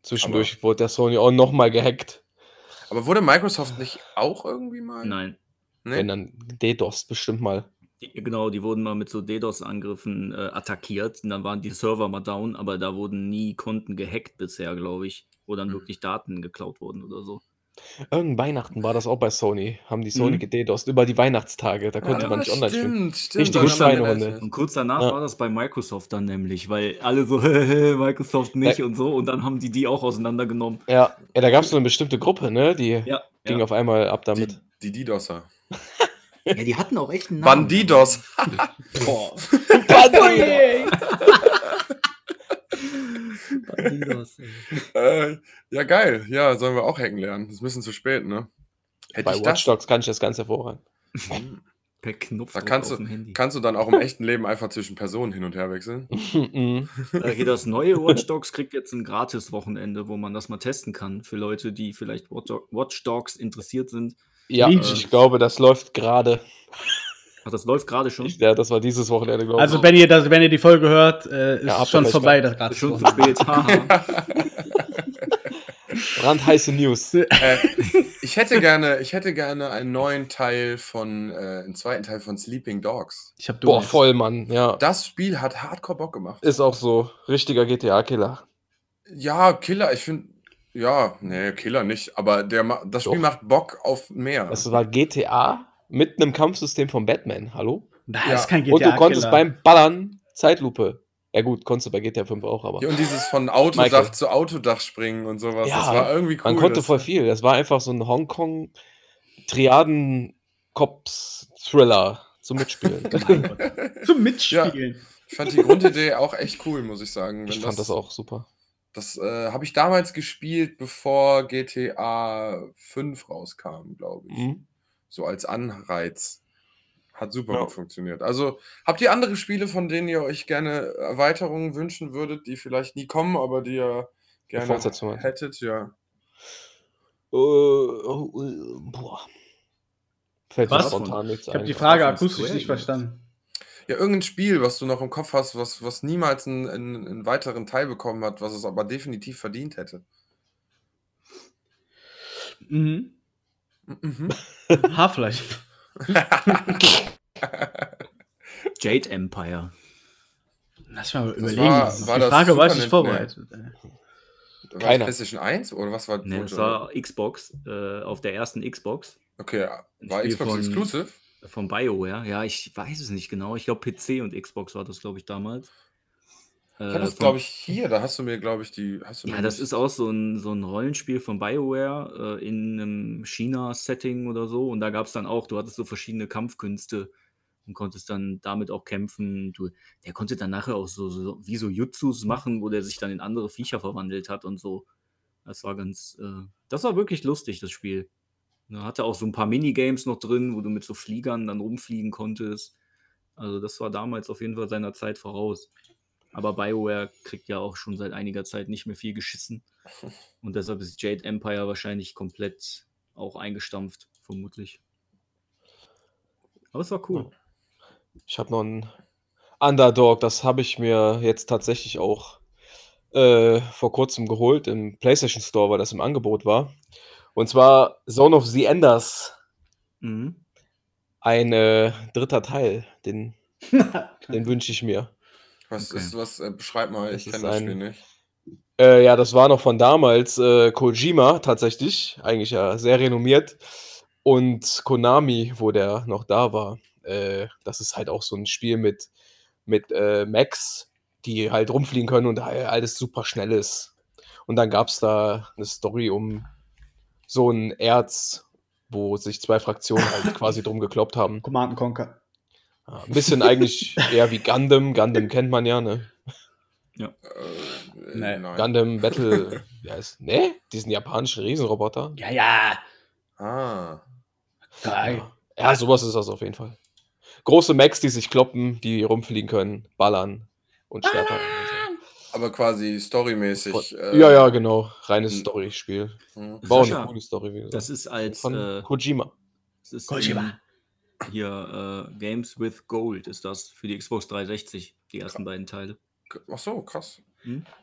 Speaker 5: Zwischendurch wurde der Sony auch nochmal gehackt.
Speaker 3: Aber wurde Microsoft nicht auch irgendwie mal?
Speaker 4: Nein.
Speaker 3: Nee?
Speaker 5: Wenn dann DDoS bestimmt mal.
Speaker 4: Die- Genau, die wurden mal mit so DDoS-Angriffen äh, attackiert und dann waren die Server mal down, aber da wurden nie Konten gehackt bisher, glaube ich, wo dann
Speaker 3: Mhm.
Speaker 4: wirklich Daten geklaut wurden oder so.
Speaker 5: Irgendein Weihnachten war das auch bei Sony. Haben die Sony
Speaker 4: Mhm.
Speaker 5: gededost über die Weihnachtstage. Da konnte
Speaker 3: Ah,
Speaker 5: man nicht online spielen.
Speaker 3: stimmt, stimmt.
Speaker 5: Richtige
Speaker 3: daran erinnere ich
Speaker 5: Schweinehunde.
Speaker 3: mich.
Speaker 4: Und kurz danach
Speaker 5: Ja.
Speaker 4: war das bei Microsoft dann nämlich, weil alle so, Microsoft nicht
Speaker 5: Ja.
Speaker 4: und so und dann haben die die auch auseinandergenommen.
Speaker 5: Ja, ja da gab es so eine bestimmte Gruppe, ne? Die
Speaker 4: Ja,
Speaker 5: ging
Speaker 4: ja.
Speaker 5: auf einmal ab damit.
Speaker 3: Die, die DDoSer.
Speaker 4: ja, die hatten auch echt einen
Speaker 3: Bandidos.
Speaker 4: Bandidos. ey.
Speaker 3: Äh, ja, geil. Ja, sollen wir auch hacken lernen. Das ist ein bisschen zu spät, ne? Hätte
Speaker 5: Bei
Speaker 3: ich
Speaker 5: Watch
Speaker 3: das,
Speaker 5: Dogs kann ich das ganz hervorragend.
Speaker 4: Per Knopf
Speaker 3: Da kannst
Speaker 4: auf
Speaker 3: du-
Speaker 4: dem Handy.
Speaker 3: kannst du dann auch im echten Leben einfach zwischen Personen hin und her wechseln.
Speaker 5: Mhm.
Speaker 4: Äh, Hier das neue Watch Dogs kriegt jetzt ein gratis Wochenende, wo man das mal testen kann für Leute, die vielleicht Watch Dog- Watch Dogs interessiert sind.
Speaker 5: ja,
Speaker 2: Legion.
Speaker 5: ich glaube, das läuft gerade.
Speaker 4: Ach, das läuft gerade schon.
Speaker 5: Ja, das war dieses Wochenende, glaube ich.
Speaker 2: Also, wenn ihr, das, wenn ihr die Folge hört, äh, ist
Speaker 5: Ja, habt ihr
Speaker 2: schon
Speaker 5: vielleicht
Speaker 2: vorbei,
Speaker 5: gar-
Speaker 2: das gerade
Speaker 4: Schon
Speaker 2: schon.
Speaker 4: zu spät. haha.
Speaker 5: Brandheiße News.
Speaker 3: äh, ich hätte gerne, ich hätte gerne einen neuen Teil von, äh, einen zweiten Teil von Sleeping Dogs.
Speaker 2: Ich hab
Speaker 5: Boah,
Speaker 2: Durst.
Speaker 5: voll, Mann. Ja,
Speaker 3: Das Spiel hat hardcore Bock gemacht.
Speaker 5: ist auch so. Richtiger GTA-Killer.
Speaker 3: Ja, Killer, ich finde. Ja, nee, Killer nicht, aber der, ma- das Spiel
Speaker 5: Doch.
Speaker 3: macht Bock auf mehr.
Speaker 5: Das war GTA mit einem Kampfsystem von Batman. Hallo?
Speaker 2: Da
Speaker 3: Ja.
Speaker 2: ist kein GTA.
Speaker 5: Und du konntest
Speaker 2: Killer.
Speaker 5: beim Ballern Zeitlupe. Ja, gut, konntest du bei GTA 5 auch, aber.
Speaker 3: Ja, und dieses von Autodach
Speaker 5: Michael.
Speaker 3: zu Autodach springen und sowas, das
Speaker 5: Ja,
Speaker 3: war irgendwie cool.
Speaker 5: Man konnte
Speaker 3: das-
Speaker 5: voll viel. Das war einfach so ein Hongkong-Triaden-Cops-Thriller. zum Mitspielen.
Speaker 2: Mein Gott. Zum Mitspielen.
Speaker 3: Ich fand die Grundidee auch echt cool, muss ich sagen.
Speaker 5: ich
Speaker 3: Wenn
Speaker 5: fand das auch super.
Speaker 3: Das äh, habe ich damals gespielt, bevor GTA 5 rauskam, glaube ich.
Speaker 5: Mhm.
Speaker 3: So als Anreiz. Hat super
Speaker 5: Ja.
Speaker 3: gut funktioniert. Also habt ihr andere Spiele, von denen ihr euch gerne Erweiterungen wünschen würdet, die vielleicht nie kommen, aber die ihr gerne
Speaker 5: Fortsetzung halt.
Speaker 3: hättet? Ja.
Speaker 5: Äh, oh, äh, boah. Fällt mir
Speaker 2: Was?
Speaker 5: spontan nichts
Speaker 2: Ich habe
Speaker 5: ein.
Speaker 2: die Frage
Speaker 4: von
Speaker 2: akustisch
Speaker 4: Square
Speaker 2: nicht
Speaker 4: Enix.
Speaker 2: verstanden.
Speaker 3: ja, irgendein Spiel, was du noch im Kopf hast, was, was niemals einen, einen, einen weiteren Teil bekommen hat, was es aber definitiv verdient hätte.
Speaker 2: Mhm.
Speaker 3: Mhm.
Speaker 2: Half-Life.
Speaker 4: Jade Empire.
Speaker 2: Lass mal überlegen.
Speaker 3: war-
Speaker 2: Auf
Speaker 3: war
Speaker 2: die
Speaker 3: das
Speaker 2: Frage war ich
Speaker 3: Super
Speaker 2: nicht vorbereitet.
Speaker 3: Nintendo?
Speaker 2: äh. ey.
Speaker 3: War
Speaker 5: Keiner.
Speaker 3: das PlayStation 1 oder was war
Speaker 4: Ne, das war Xbox, äh, auf der ersten Xbox
Speaker 3: Okay,
Speaker 4: Ein
Speaker 3: war
Speaker 4: Spiel
Speaker 3: Xbox
Speaker 4: von-
Speaker 3: Exclusive?
Speaker 4: von BioWare. Ja, ich weiß es nicht genau. Ich glaube, PC und Xbox war das, glaube ich, damals.
Speaker 3: Ich hab
Speaker 4: Äh,
Speaker 3: das,
Speaker 4: von-
Speaker 3: glaube ich, hier. Da hast du mir, glaube ich, die. Hast du
Speaker 4: Ja,
Speaker 3: mir
Speaker 4: das
Speaker 3: nicht-
Speaker 4: ist auch so ein, so ein Rollenspiel von BioWare äh, in einem China-Setting oder so. Und da gab es dann auch, du hattest so verschiedene Kampfkünste und konntest dann damit auch kämpfen. Du, der konnte dann nachher auch so, so wie so Jutsus machen, wo der sich dann in andere Viecher verwandelt hat und so. Das war ganz, äh, das war wirklich lustig, das Spiel. Da hatte auch so ein paar Minigames noch drin, wo du mit so Fliegern dann rumfliegen konntest. Also das war damals auf jeden Fall seiner Zeit voraus. Aber BioWare kriegt ja auch schon seit einiger Zeit nicht mehr viel geschissen. Und deshalb ist Jade Empire wahrscheinlich komplett auch eingestampft, vermutlich. Aber es war cool.
Speaker 5: Ich habe noch ein Underdog, das habe ich mir jetzt tatsächlich auch äh, vor kurzem geholt im PlayStation Store, weil das im Angebot war. Und zwar Zone of the Enders,
Speaker 4: Mhm.
Speaker 5: ein äh, dritter Teil, den, den wünsche ich mir.
Speaker 3: Was
Speaker 4: Okay.
Speaker 3: ist was? Äh, beschreib mal,
Speaker 5: Das
Speaker 3: ich
Speaker 5: ist
Speaker 3: kenne das
Speaker 5: ein-
Speaker 3: Spiel nicht.
Speaker 5: Äh, ja, das war noch von damals. Äh, Kojima tatsächlich, eigentlich ja sehr renommiert. Und Konami, wo der noch da war. Äh, das ist halt auch so ein Spiel mit, mit äh, Max, die halt rumfliegen können und halt alles super schnell ist. Und dann gab es da eine Story um so ein Erz, wo sich zwei Fraktionen halt quasi drum gekloppt haben.
Speaker 2: Command and Conquer.
Speaker 5: Ja, ein bisschen eigentlich eher wie Gundam. Gundam kennt man ja, ne?
Speaker 3: Äh, äh,
Speaker 2: Nee.
Speaker 3: nein.
Speaker 5: Gundam Battle. Ja, ist, ne? Diesen japanischen Riesenroboter.
Speaker 2: Ja, ja.
Speaker 3: Ah.
Speaker 2: Geil.
Speaker 5: Ja. ja, sowas ist das auf jeden Fall. Große Macs, die sich kloppen, die rumfliegen können, ballern und Schwerter. und
Speaker 3: Aber quasi
Speaker 5: so.
Speaker 3: storymäßig.
Speaker 5: Von- ja, ja, genau.
Speaker 3: hm.
Speaker 5: Reines Story-Spiel.
Speaker 3: hm.
Speaker 5: War auch eine
Speaker 4: Sascha,
Speaker 5: coole Story. Wie gesagt.
Speaker 4: Das ist als
Speaker 5: von
Speaker 4: äh,
Speaker 5: Kojima.
Speaker 4: das ist
Speaker 2: Kojima.
Speaker 4: in- hier äh, Games with Gold ist das für die Xbox 360, die ersten beiden Teile.
Speaker 3: Ach so, krass.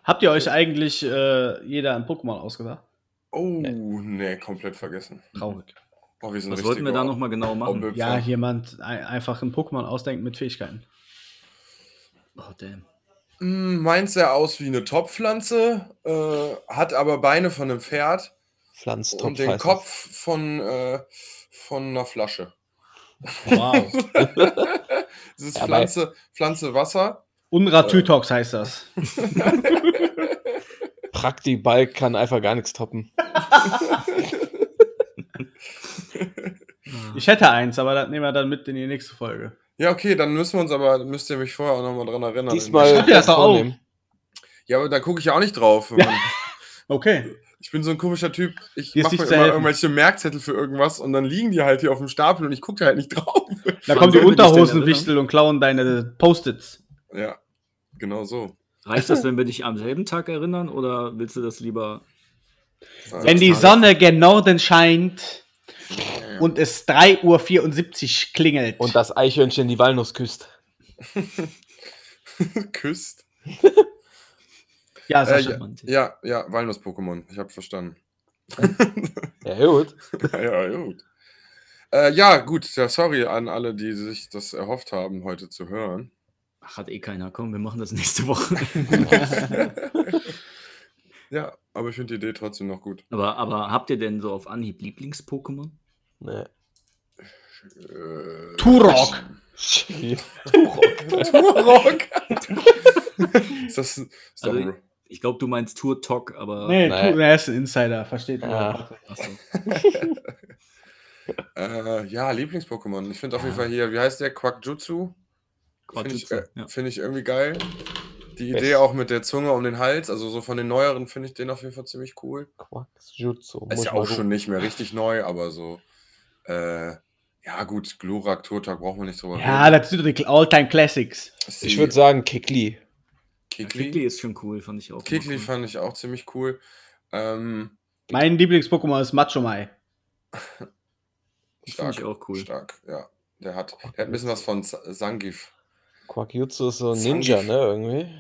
Speaker 2: Habt ihr euch eigentlich äh, jeder ein Pokémon ausgedacht?
Speaker 3: Oh, nee, komplett vergessen.
Speaker 2: Traurig.
Speaker 3: Oh, wir sind
Speaker 4: Was wollten wir da nochmal genau machen?
Speaker 3: Obel-
Speaker 2: Ja,
Speaker 3: Ja.
Speaker 2: jemand ein, einfach ein Pokémon ausdenken mit Fähigkeiten.
Speaker 4: Oh, damn.
Speaker 3: Meint Hm, sah aus wie eine Topfpflanze, äh, hat aber Beine von einem Pferd
Speaker 5: Pflanztopf.
Speaker 3: und den
Speaker 5: heißt
Speaker 3: Kopf von, äh, von einer Flasche.
Speaker 2: Wow.
Speaker 3: Das ist
Speaker 5: Dabei-
Speaker 3: Pflanze, Pflanze Wasser. Äh.
Speaker 2: Unratütox heißt das.
Speaker 5: das. Praktibalk kann einfach gar nichts toppen.
Speaker 2: Ich hätte eins, aber das nehmen wir dann mit in die nächste Folge.
Speaker 3: Ja, okay, dann müssen wir uns aber, müsst ihr mich vorher auch nochmal dran erinnern.
Speaker 5: Diesmal.
Speaker 2: hab ja das
Speaker 5: fest
Speaker 2: auch.
Speaker 5: vornehmen.
Speaker 3: Ja, aber da gucke ich ja auch nicht drauf. Mann.
Speaker 2: Okay.
Speaker 3: Ich bin so ein komischer Typ. Ich
Speaker 2: Hier ist
Speaker 3: mache mir
Speaker 2: nichts
Speaker 3: immer
Speaker 2: zu helfen.
Speaker 3: irgendwelche Merkzettel für irgendwas und dann liegen die halt hier auf dem Stapel und ich gucke da halt nicht drauf.
Speaker 2: Da
Speaker 4: Wann
Speaker 2: kommen die
Speaker 4: sollen wir dich denn
Speaker 2: Unterhosenwichtel und klauen deine Post-its.
Speaker 3: Ja, genau so.
Speaker 4: Reicht das, wenn wir dich am selben Tag erinnern oder willst du das lieber
Speaker 2: Wenn die
Speaker 4: Tage.
Speaker 2: Sonne gen Norden scheint
Speaker 3: Ja.
Speaker 2: und es 3.74 Uhr klingelt.
Speaker 5: Und das Eichhörnchen die Walnuss küsst.
Speaker 3: küsst.
Speaker 2: ja,
Speaker 3: Äh,
Speaker 2: Sascha.
Speaker 3: ja,
Speaker 4: charmant.
Speaker 3: ja, ja, Walnuss-Pokémon. Ich habe verstanden.
Speaker 5: Ja, gut.
Speaker 3: ja, gut. Äh, ja, gut. Ja, sorry an alle, die sich das erhofft haben, heute zu hören.
Speaker 4: Ach, hat eh keiner. Komm, wir machen das nächste Woche.
Speaker 3: Ja, aber ich finde die Idee trotzdem noch gut.
Speaker 4: aber, aber habt ihr denn so auf Anhieb Lieblings-Pokémon?
Speaker 5: Nee.
Speaker 3: Äh,
Speaker 2: Turok.
Speaker 3: Turok. ist das, ist doch
Speaker 4: Also-
Speaker 3: ein
Speaker 4: Ich glaube, du meinst Turtok, aber.
Speaker 2: Nee,
Speaker 5: Nein.
Speaker 2: du, er ist ein Insider, versteht
Speaker 5: Ja.
Speaker 2: man.
Speaker 4: Ach so.
Speaker 3: Äh, ja, Lieblings-Pokémon. Ich finde auf jeden Fall hier, wie heißt der? Quackjutsu? Finde ich,
Speaker 4: Quatsch,
Speaker 3: äh,
Speaker 4: ja.
Speaker 3: find ich irgendwie geil. Die
Speaker 5: Best.
Speaker 3: Idee auch mit der Zunge um den Hals, also so von den neueren finde ich den auf jeden Fall ziemlich cool.
Speaker 5: Quacksjutsu.
Speaker 3: Ist
Speaker 5: Muss
Speaker 3: ja
Speaker 5: mal
Speaker 3: auch schon
Speaker 5: gucken.
Speaker 3: nicht mehr richtig neu, aber so. Äh, ja, gut, Glurak, Turtak brauchen wir nicht drüber
Speaker 2: Ja, das sind doch die All-Time Classics.
Speaker 5: Ich würde sagen Kikli.
Speaker 4: Kikli
Speaker 3: Kikli.
Speaker 4: ist schon cool, fand ich auch.
Speaker 3: Kikli
Speaker 4: fand
Speaker 3: fand ich auch ziemlich cool. Ähm,
Speaker 2: Mein Lieblings-Pokémon ist Machomai.
Speaker 4: ich,
Speaker 3: stark,
Speaker 4: ich auch cool.
Speaker 3: stark, ja. Der hat, der hat ein bisschen was von Z- Zangief.
Speaker 5: Quackjutsu ist so ein Ninja,
Speaker 3: Zangief.
Speaker 5: ne? Irgendwie.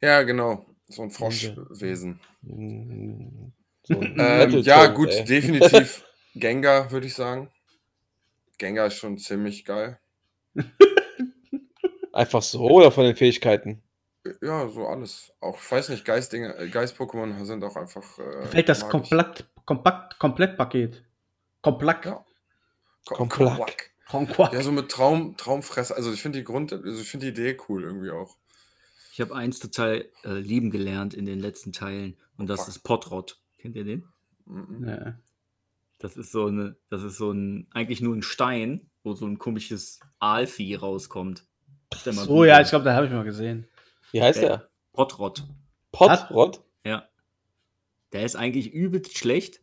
Speaker 3: Ja, genau. So ein Froschwesen.
Speaker 5: Mm, So ein
Speaker 3: Ähm,
Speaker 5: Metal
Speaker 3: ja,
Speaker 5: Toad,
Speaker 3: gut,
Speaker 5: ey.
Speaker 3: definitiv Gengar, würde ich sagen. Gengar ist schon ziemlich geil.
Speaker 5: Einfach so oder von den Fähigkeiten?
Speaker 3: Ja, so alles. Auch, ich weiß nicht, Geistdinge, äh, Geist-Pokémon sind auch einfach. Äh,
Speaker 2: Fällt das
Speaker 3: mag ich.
Speaker 2: komplett, kompakt, Komplettpaket. Komplett.
Speaker 3: Ja. Kom-
Speaker 5: Komplack.
Speaker 3: Komplack.
Speaker 2: Konquak.
Speaker 3: Ja, so mit Traum, Traumfresse. Also ich finde die Grund, also ich finde die Idee cool irgendwie auch.
Speaker 4: Ich habe eins total äh, lieben gelernt in den letzten Teilen und das
Speaker 3: Fuck.
Speaker 4: ist Potrot. Kennt ihr den?
Speaker 3: Mhm.
Speaker 2: Ja.
Speaker 4: Das ist so eine, das ist so ein, eigentlich nur ein Stein, wo so ein komisches Aalvieh rauskommt. Stell mal
Speaker 2: So,
Speaker 4: Google.
Speaker 2: ja, ich glaube, da habe ich mal gesehen.
Speaker 5: Wie heißt
Speaker 4: Äh,
Speaker 5: der?
Speaker 4: Potrot.
Speaker 2: hat-
Speaker 5: Potrod?
Speaker 4: Ja. Der ist eigentlich übelst schlecht,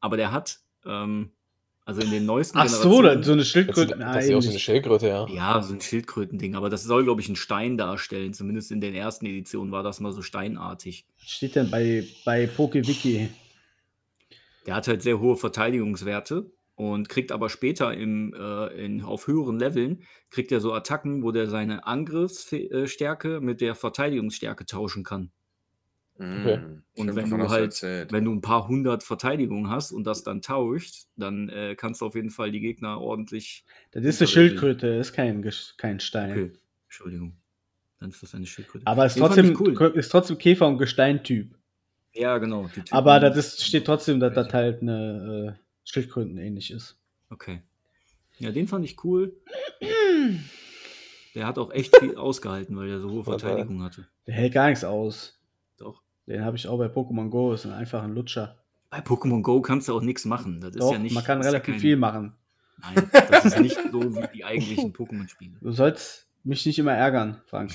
Speaker 4: aber der hat, ähm, also in den neuesten
Speaker 2: Ach so, da- so eine
Speaker 5: Das sieht,
Speaker 2: Schildkröte. Ah,
Speaker 5: das sieht
Speaker 2: eben
Speaker 5: aus wie eine
Speaker 2: nicht.
Speaker 5: Schildkröte, ja.
Speaker 4: Ja, so ein Schildkrötending, aber das soll, glaube ich, ein Stein darstellen. Zumindest in den ersten Editionen war das mal so steinartig.
Speaker 2: Steht denn bei, bei PokeWiki?
Speaker 4: Der hat halt sehr hohe Verteidigungswerte und kriegt aber später im, äh, in, auf höheren Leveln, kriegt er so Attacken, wo der seine Angriffsstärke mit der Verteidigungsstärke tauschen kann.
Speaker 5: Okay.
Speaker 3: Mhm.
Speaker 4: Und
Speaker 3: Stimmt,
Speaker 4: wenn
Speaker 3: davon
Speaker 4: du
Speaker 3: hast
Speaker 4: halt-
Speaker 3: erzählt.
Speaker 4: Wenn du ein paar hundert Verteidigungen hast und das dann tauscht, dann äh, kannst du auf jeden Fall die Gegner ordentlich.
Speaker 2: Das ist eine
Speaker 4: Unterrichtet.
Speaker 2: Schildkröte, ist kein, Gesch- kein Stein.
Speaker 4: Okay, Entschuldigung. Dann ist das eine Schildkröte.
Speaker 2: Aber ist
Speaker 4: Den fand
Speaker 2: trotzdem,
Speaker 4: ich cool.
Speaker 2: ist trotzdem Käfer- und Gesteintyp.
Speaker 4: Ja, genau. die Typen-
Speaker 2: Aber das ist, steht trotzdem, dass das halt eine äh, Schildkröten ähnlich ist.
Speaker 4: Okay. Ja, den fand ich cool. Der hat auch echt viel ausgehalten, weil er so hohe
Speaker 5: Warte.
Speaker 4: Verteidigung hatte.
Speaker 2: Der hält gar nichts aus.
Speaker 4: Doch.
Speaker 2: Den habe ich auch bei Pokémon Go, ist ein einfacher Lutscher.
Speaker 4: Bei Pokémon Go kannst du auch nichts machen. Das ist
Speaker 2: Doch,
Speaker 4: ja nicht,
Speaker 2: man kann
Speaker 4: ist
Speaker 2: relativ
Speaker 4: ja kein-
Speaker 2: viel machen.
Speaker 4: Nein, das ist nicht so wie die eigentlichen Pokémon-Spiele.
Speaker 2: Du sollst mich nicht immer ärgern, Frank.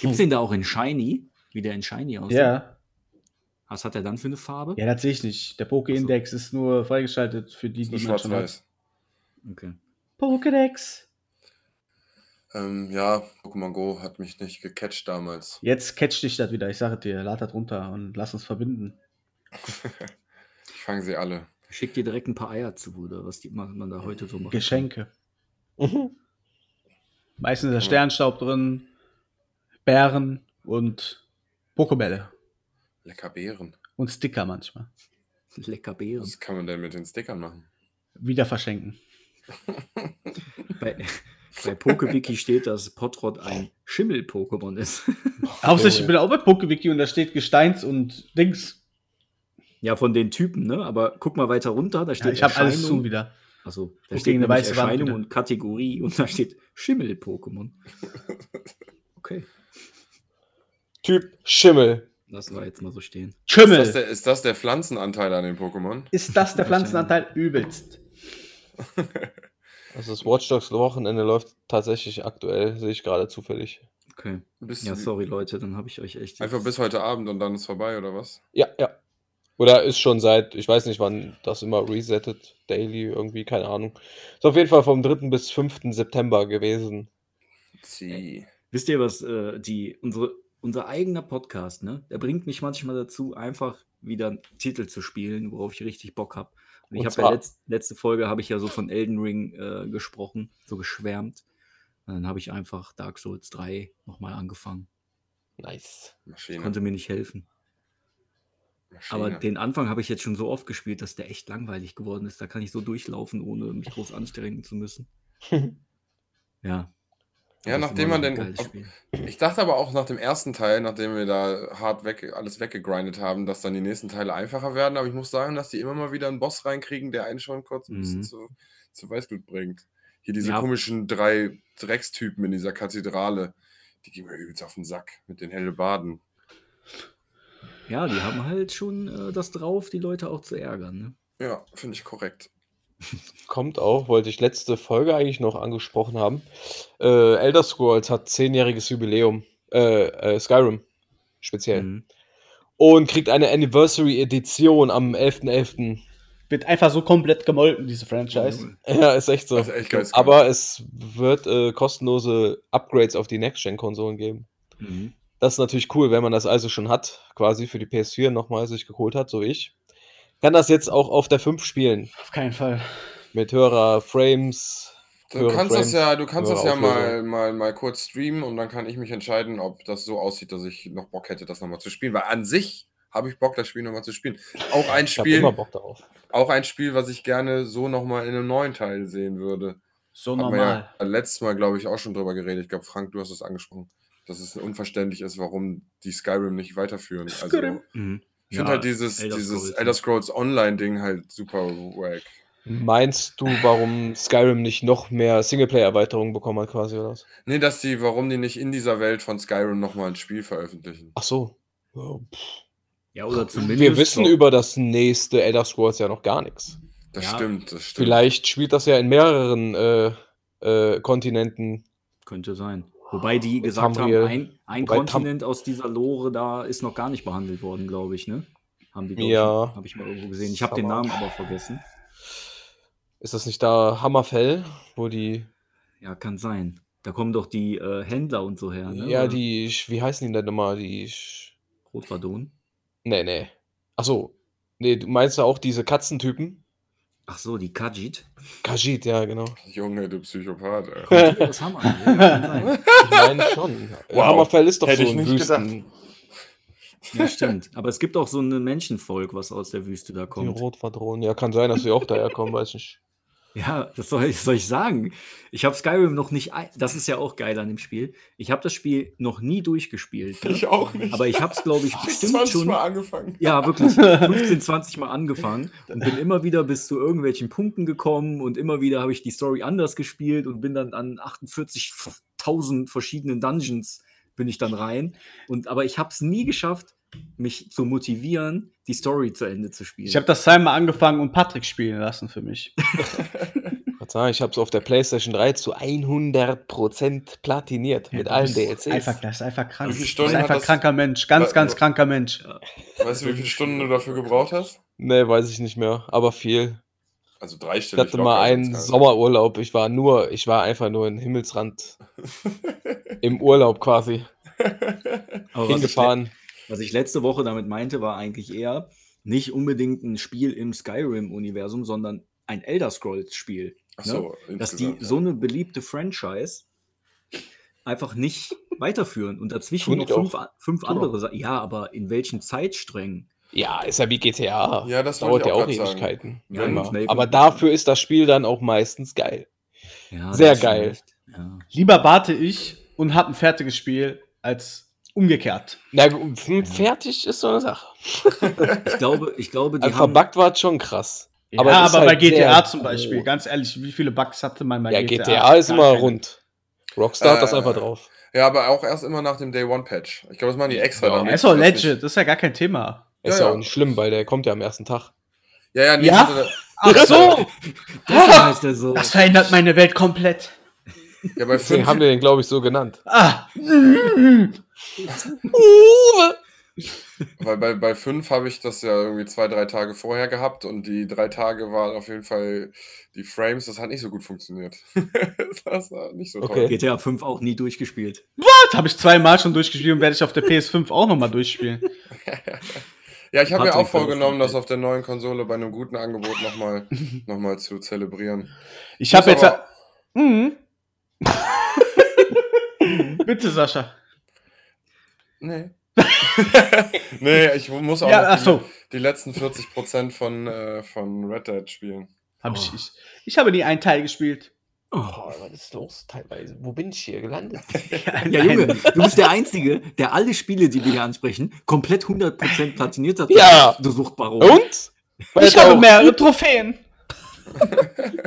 Speaker 4: Gibt's den da auch in Shiny? Wie der in Shiny aussieht?
Speaker 2: Ja,
Speaker 4: Was hat er dann für eine Farbe?
Speaker 2: ja, das sehe ich nicht. Der Poke-Index ist nur freigeschaltet für die,
Speaker 3: Ist
Speaker 2: die
Speaker 3: nur
Speaker 2: man schon hat.
Speaker 3: schwarz-weiß.
Speaker 4: Okay.
Speaker 2: Pokédex.
Speaker 3: Ähm, ja, Pokémon Go hat mich nicht gecatcht damals.
Speaker 2: Jetzt catch dich das wieder. Ich sage dir, lad das runter und lass uns verbinden.
Speaker 3: Ich fange sie alle.
Speaker 4: Schick dir direkt ein paar Eier zu, oder was die, man man da heute so macht.
Speaker 2: Geschenke.
Speaker 5: Mhm.
Speaker 2: Meistens ist der
Speaker 3: Ja.
Speaker 2: Sternstaub drin, Bären und Pokebälle.
Speaker 3: Lecker Beeren.
Speaker 2: Und Sticker manchmal.
Speaker 4: Lecker Beeren.
Speaker 3: Was kann man denn mit den Stickern machen?
Speaker 2: Wieder verschenken.
Speaker 4: Bei, bei PokeWiki steht, dass Potrod ein Schimmel-Pokémon ist.
Speaker 2: Hauptsächlich ich bin ich auch bei PokeWiki und da steht Gesteins und Dings.
Speaker 4: Ja, von den Typen, ne? Aber guck mal weiter runter, da steht
Speaker 2: Ja, ich habe alles
Speaker 4: Erscheinung.
Speaker 2: zu wieder.
Speaker 4: Achso, da
Speaker 2: Guck
Speaker 4: steht
Speaker 2: gegen eine
Speaker 4: eine
Speaker 2: weiße Wand
Speaker 4: Erscheinung
Speaker 2: wieder.
Speaker 4: und Kategorie und da steht Schimmel-Pokémon. Okay,
Speaker 5: Typ Schimmel.
Speaker 4: lassen wir jetzt mal so stehen.
Speaker 3: Ist
Speaker 2: Schimmel.
Speaker 3: das, der, ist das der Pflanzenanteil an den Pokémon?
Speaker 2: ist das der Pflanzenanteil übelst?
Speaker 5: Also das Watch Dogs Wochenende läuft tatsächlich aktuell, sehe ich gerade zufällig.
Speaker 4: Okay.
Speaker 3: Bis,
Speaker 4: Ja, sorry, Leute, dann habe ich euch echt. jetzt-
Speaker 3: Einfach bis heute Abend und dann ist vorbei, oder was?
Speaker 5: Ja, ja. Oder ist schon seit, ich weiß nicht wann, das immer resettet, daily irgendwie, keine Ahnung. Ist auf jeden Fall vom 3. bis 5. September gewesen.
Speaker 3: Sie.
Speaker 4: Wisst ihr, was äh, die, unsere, unser eigener Podcast, ne? Der bringt mich manchmal dazu, einfach wieder einen Titel zu spielen, worauf ich richtig Bock habe. Und ich
Speaker 5: Und
Speaker 4: habe ja
Speaker 5: zwar-
Speaker 4: letz, letzte Folge habe ich ja so von Elden Ring äh, gesprochen, so geschwärmt. Und dann habe ich einfach Dark Souls 3 nochmal angefangen.
Speaker 5: Nice.
Speaker 3: Maschine.
Speaker 4: Konnte mir nicht helfen.
Speaker 3: Maschine.
Speaker 4: Aber den Anfang habe ich jetzt schon so oft gespielt, dass der echt langweilig geworden ist. Da kann ich so durchlaufen, ohne mich groß anstrengen zu müssen. Ja. Aber es
Speaker 3: Ja,
Speaker 4: ist
Speaker 3: nachdem
Speaker 4: immer
Speaker 3: man
Speaker 4: noch ein
Speaker 3: den-
Speaker 4: geiles
Speaker 3: auf-
Speaker 4: Spiel.
Speaker 3: ich dachte aber auch nach dem ersten Teil, nachdem wir da hart weg, alles weggegrindet haben, dass dann die nächsten Teile einfacher werden. Aber ich muss sagen, dass die immer mal wieder einen Boss reinkriegen, der einen schon kurz ein bisschen
Speaker 4: Mhm.
Speaker 3: zu, zu Weißglut bringt. Hier diese
Speaker 4: Ja.
Speaker 3: komischen drei Dreckstypen in dieser Kathedrale. Die gehen mir übelst auf den Sack mit den hellen Baden.
Speaker 4: Ja, die haben halt schon äh, das drauf, die Leute auch zu ärgern. Ne?
Speaker 3: Ja, finde ich korrekt.
Speaker 5: Kommt auch, wollte ich letzte Folge eigentlich noch angesprochen haben. Äh, Elder Scrolls hat zehnjähriges Jubiläum. Äh, äh, Skyrim speziell.
Speaker 4: Mhm.
Speaker 5: Und kriegt eine Anniversary Edition am 11.11.
Speaker 2: Wird einfach so komplett gemolken, diese Franchise.
Speaker 5: Ja, ist echt so.
Speaker 3: Das ist Also echt geil.
Speaker 5: Aber es wird äh, kostenlose Upgrades auf die Next-Gen-Konsolen geben.
Speaker 4: Mhm.
Speaker 5: Das ist natürlich cool, wenn man das also schon hat, quasi für die PS4 nochmal sich geholt hat, so wie ich. Kann das jetzt auch auf der 5 spielen,
Speaker 2: Auf keinen Fall.
Speaker 5: mit höherer Frames.
Speaker 3: du
Speaker 5: höheren
Speaker 3: kannst das
Speaker 5: Frames,
Speaker 3: ja, du kannst das
Speaker 5: höhere
Speaker 3: ja mal,
Speaker 5: Auflösung.
Speaker 3: mal, mal kurz streamen und dann kann ich mich entscheiden, ob das so aussieht, dass ich noch Bock hätte, das nochmal zu spielen. Weil an sich habe ich Bock, das Spiel nochmal zu spielen. Auch ein
Speaker 5: Ich hab
Speaker 3: Spiel,
Speaker 5: immer Bock darauf.
Speaker 3: auch ein Spiel, was ich gerne so nochmal in einem neuen Teil sehen würde.
Speaker 2: So
Speaker 3: Haben wir
Speaker 2: normal.
Speaker 3: ja letztes Mal, glaube ich, auch schon drüber geredet. Ich glaube, Frank, du hast es angesprochen, dass es unverständlich ist, warum die Skyrim nicht weiterführen. Also, ich
Speaker 2: Skyrim.
Speaker 3: finde
Speaker 4: Mhm.
Speaker 3: halt dieses,
Speaker 4: Elder
Speaker 3: dieses
Speaker 4: Scrolls, ne?
Speaker 3: Elder Scrolls Online-Ding halt super wack.
Speaker 5: Meinst du, warum Skyrim nicht noch mehr Singleplayer-Erweiterungen bekommen hat, quasi oder was?
Speaker 3: Nee, dass die, warum die nicht in dieser Welt von Skyrim nochmal ein Spiel veröffentlichen.
Speaker 5: Ach so.
Speaker 4: Ja, oder zumindest.
Speaker 5: Wir wissen
Speaker 4: doch-
Speaker 5: über das nächste Elder Scrolls ja noch gar nichts.
Speaker 3: Das
Speaker 4: Ja.
Speaker 3: stimmt, das stimmt.
Speaker 5: Vielleicht spielt das ja in mehreren äh, äh, Kontinenten.
Speaker 4: Könnte sein. Wobei die
Speaker 5: Mit
Speaker 4: gesagt
Speaker 5: Tamriel.
Speaker 4: haben, ein, ein
Speaker 5: Wobei Tam-
Speaker 4: Kontinent aus dieser Lore da ist noch gar nicht behandelt worden, glaube ich, ne? Haben die, glaub ich,
Speaker 5: Ja.
Speaker 4: Habe ich mal irgendwo gesehen. Ich habe
Speaker 5: Aber-
Speaker 4: den Namen aber vergessen.
Speaker 5: Ist das nicht da Hammerfell, wo die.
Speaker 4: Ja, kann sein. Da kommen doch die äh, Händler und so her,
Speaker 5: Ja,
Speaker 4: ne?
Speaker 5: die. Sch- Wie heißen die denn nochmal? Die. Sch-
Speaker 4: Rotvadon.
Speaker 5: Nee, nee. Ach so. Nee, du meinst ja auch diese Katzentypen?
Speaker 4: Ach so, die Kajit.
Speaker 5: Khajiit, ja, genau.
Speaker 3: Junge, du Psychopath, ey.
Speaker 4: Kommt die aus Hammer. Ja, kann sein.
Speaker 5: Ich meine schon.
Speaker 3: Wow.
Speaker 5: Hammerfell ist doch
Speaker 3: Hätte
Speaker 5: so
Speaker 3: ich
Speaker 5: ein
Speaker 3: nicht gedacht.
Speaker 5: Wüsten.
Speaker 4: ja, stimmt. Aber es gibt auch so ein Menschenvolk, was aus der Wüste da
Speaker 5: Die
Speaker 4: kommt.
Speaker 5: Rotquadronen. Ja, kann sein, dass sie auch daherkommen, weiß nicht.
Speaker 4: Ja, das soll ich, soll ich sagen. Ich habe Skyrim noch nicht. Ein das ist ja auch geil an dem Spiel. Ich habe das Spiel noch nie durchgespielt. Ne?
Speaker 3: Ich auch nicht.
Speaker 4: Aber ich habe es, glaube ich, bestimmt
Speaker 3: 20
Speaker 4: schon.
Speaker 3: Mal angefangen.
Speaker 4: Ja, wirklich. 15, 20 Mal angefangen und bin immer wieder bis zu irgendwelchen Punkten gekommen und immer wieder habe ich die Story anders gespielt und bin dann an 48.000 verschiedenen Dungeons bin ich dann rein. Und, aber ich habe es nie geschafft, mich zu motivieren, die Story zu Ende zu spielen.
Speaker 2: Ich habe das Simon angefangen und Patrick spielen lassen für mich.
Speaker 5: Ich sagen, ich habe es auf der PlayStation 3 zu 100% platiniert mit
Speaker 2: Ja,
Speaker 5: allen
Speaker 2: das ist
Speaker 5: DLCs.
Speaker 2: Einfach, das ist einfach krank.
Speaker 3: Wie viele
Speaker 2: Das ist
Speaker 3: Stunden hat
Speaker 2: einfach
Speaker 3: das-
Speaker 2: kranker Mensch. Ganz,
Speaker 3: Wa-
Speaker 2: ganz kranker Mensch.
Speaker 3: Weißt du, wie viele Stunden du dafür gebraucht hast?
Speaker 5: Nee, weiß ich nicht mehr, aber viel.
Speaker 3: Also
Speaker 5: Ich
Speaker 3: dreistellig.
Speaker 5: hatte mal einen
Speaker 3: Sommer.
Speaker 5: Sommerurlaub. Ich war nur, ich war einfach nur in Himmelsrand im Urlaub quasi
Speaker 4: aber was ich, le-
Speaker 5: hingefahren.
Speaker 4: was ich letzte Woche damit meinte, war eigentlich eher nicht unbedingt ein Spiel im Skyrim-Universum, sondern ein Elder Scrolls-Spiel.
Speaker 3: Achso,
Speaker 4: dass die
Speaker 3: insgesamt,
Speaker 4: so eine beliebte Franchise einfach nicht weiterführen und dazwischen
Speaker 5: Tun
Speaker 4: noch
Speaker 5: die doch.
Speaker 4: fünf, a- fünf
Speaker 5: Tun
Speaker 4: andere Sachen. Ja, aber in welchen Zeitsträngen?
Speaker 5: Ja, ist ja wie GTA.
Speaker 3: Ja, das wollte
Speaker 5: dauert
Speaker 3: ich
Speaker 5: ja
Speaker 3: auch
Speaker 5: auch
Speaker 3: grad sagen.
Speaker 5: Ewigkeiten.
Speaker 3: Ja,
Speaker 5: Immer.
Speaker 4: und Nathan-
Speaker 5: aber dafür ist das Spiel dann auch meistens geil.
Speaker 4: Ja,
Speaker 5: Sehr
Speaker 4: das ist schon
Speaker 5: geil.
Speaker 4: echt. Ja.
Speaker 2: Lieber warte ich und hab ein fertiges Spiel als umgekehrt.
Speaker 5: Na, gu- hm, fertig ist so eine Sache.
Speaker 4: Ich glaube, ich glaube die
Speaker 5: Also
Speaker 4: haben,
Speaker 5: verbuggt war es schon krass.
Speaker 2: Ja,
Speaker 5: Aber
Speaker 2: aber,
Speaker 5: es ist
Speaker 2: bei
Speaker 5: halt
Speaker 2: GTA
Speaker 5: sehr
Speaker 2: zum Beispiel,
Speaker 5: groß.
Speaker 2: ganz ehrlich, wie viele Bugs hatte man bei
Speaker 5: ja,
Speaker 2: GTA?
Speaker 5: GTA, ist
Speaker 2: Gar
Speaker 5: immer
Speaker 2: keine.
Speaker 5: rund. Rockstar hat das
Speaker 3: Äh,
Speaker 5: einfach drauf.
Speaker 3: ja. ja, aber auch erst immer nach dem Day One Patch. Ich glaube, das machen die extra.
Speaker 5: Ja.
Speaker 2: Ja,
Speaker 3: damit
Speaker 2: ist doch
Speaker 3: das
Speaker 2: legit,
Speaker 3: nicht-
Speaker 2: das ist ja gar kein Thema.
Speaker 5: Ist
Speaker 3: ja,
Speaker 5: ja,
Speaker 3: ja.
Speaker 5: auch nicht schlimm, weil der kommt ja am ersten Tag.
Speaker 3: Ja, ja, nee,
Speaker 2: Ja?
Speaker 3: ich hatte-
Speaker 2: Ach so,
Speaker 4: deswegen heißt der so.
Speaker 2: das verändert meine Welt komplett.
Speaker 3: ja bei
Speaker 5: Deswegen
Speaker 3: fünf,
Speaker 5: haben wir den, glaube ich, so genannt.
Speaker 2: Ah,
Speaker 3: weil bei, bei fünf habe ich das ja irgendwie zwei, drei Tage vorher gehabt und die drei Tage waren auf jeden Fall die Frames, das hat nicht so gut funktioniert. das war nicht so
Speaker 5: Okay.
Speaker 4: GTA 5 auch nie durchgespielt.
Speaker 2: das habe ich zweimal schon durchgespielt und werde ich auf der PS5 auch nochmal durchspielen.
Speaker 3: toll. Ja, ich habe mir
Speaker 4: Patrick
Speaker 3: auch vorgenommen,
Speaker 4: war auf
Speaker 3: das auf der neuen Konsole bei einem guten Angebot nochmal noch mal zu zelebrieren.
Speaker 2: Ich habe
Speaker 3: Muss
Speaker 2: jetzt.
Speaker 3: aber-
Speaker 2: Mhm. Bitte, Sascha.
Speaker 3: Nee. nee, ich muss auch
Speaker 2: Ja,
Speaker 3: noch
Speaker 2: ach
Speaker 3: die,
Speaker 2: so.
Speaker 3: die letzten 40% von, äh, von Red Dead spielen.
Speaker 2: Hab ich, ich, ich habe nie einen Teil gespielt.
Speaker 4: Oh.
Speaker 5: was ist los teilweise? Wo bin ich hier gelandet?
Speaker 4: Ja, Junge, du bist der Einzige, der alle Spiele, die wir hier ansprechen, komplett 100% platiniert hat.
Speaker 5: Ja.
Speaker 4: Du Suchtbaron.
Speaker 5: Und?
Speaker 2: Ich habe mehrere Trophäen. ich habe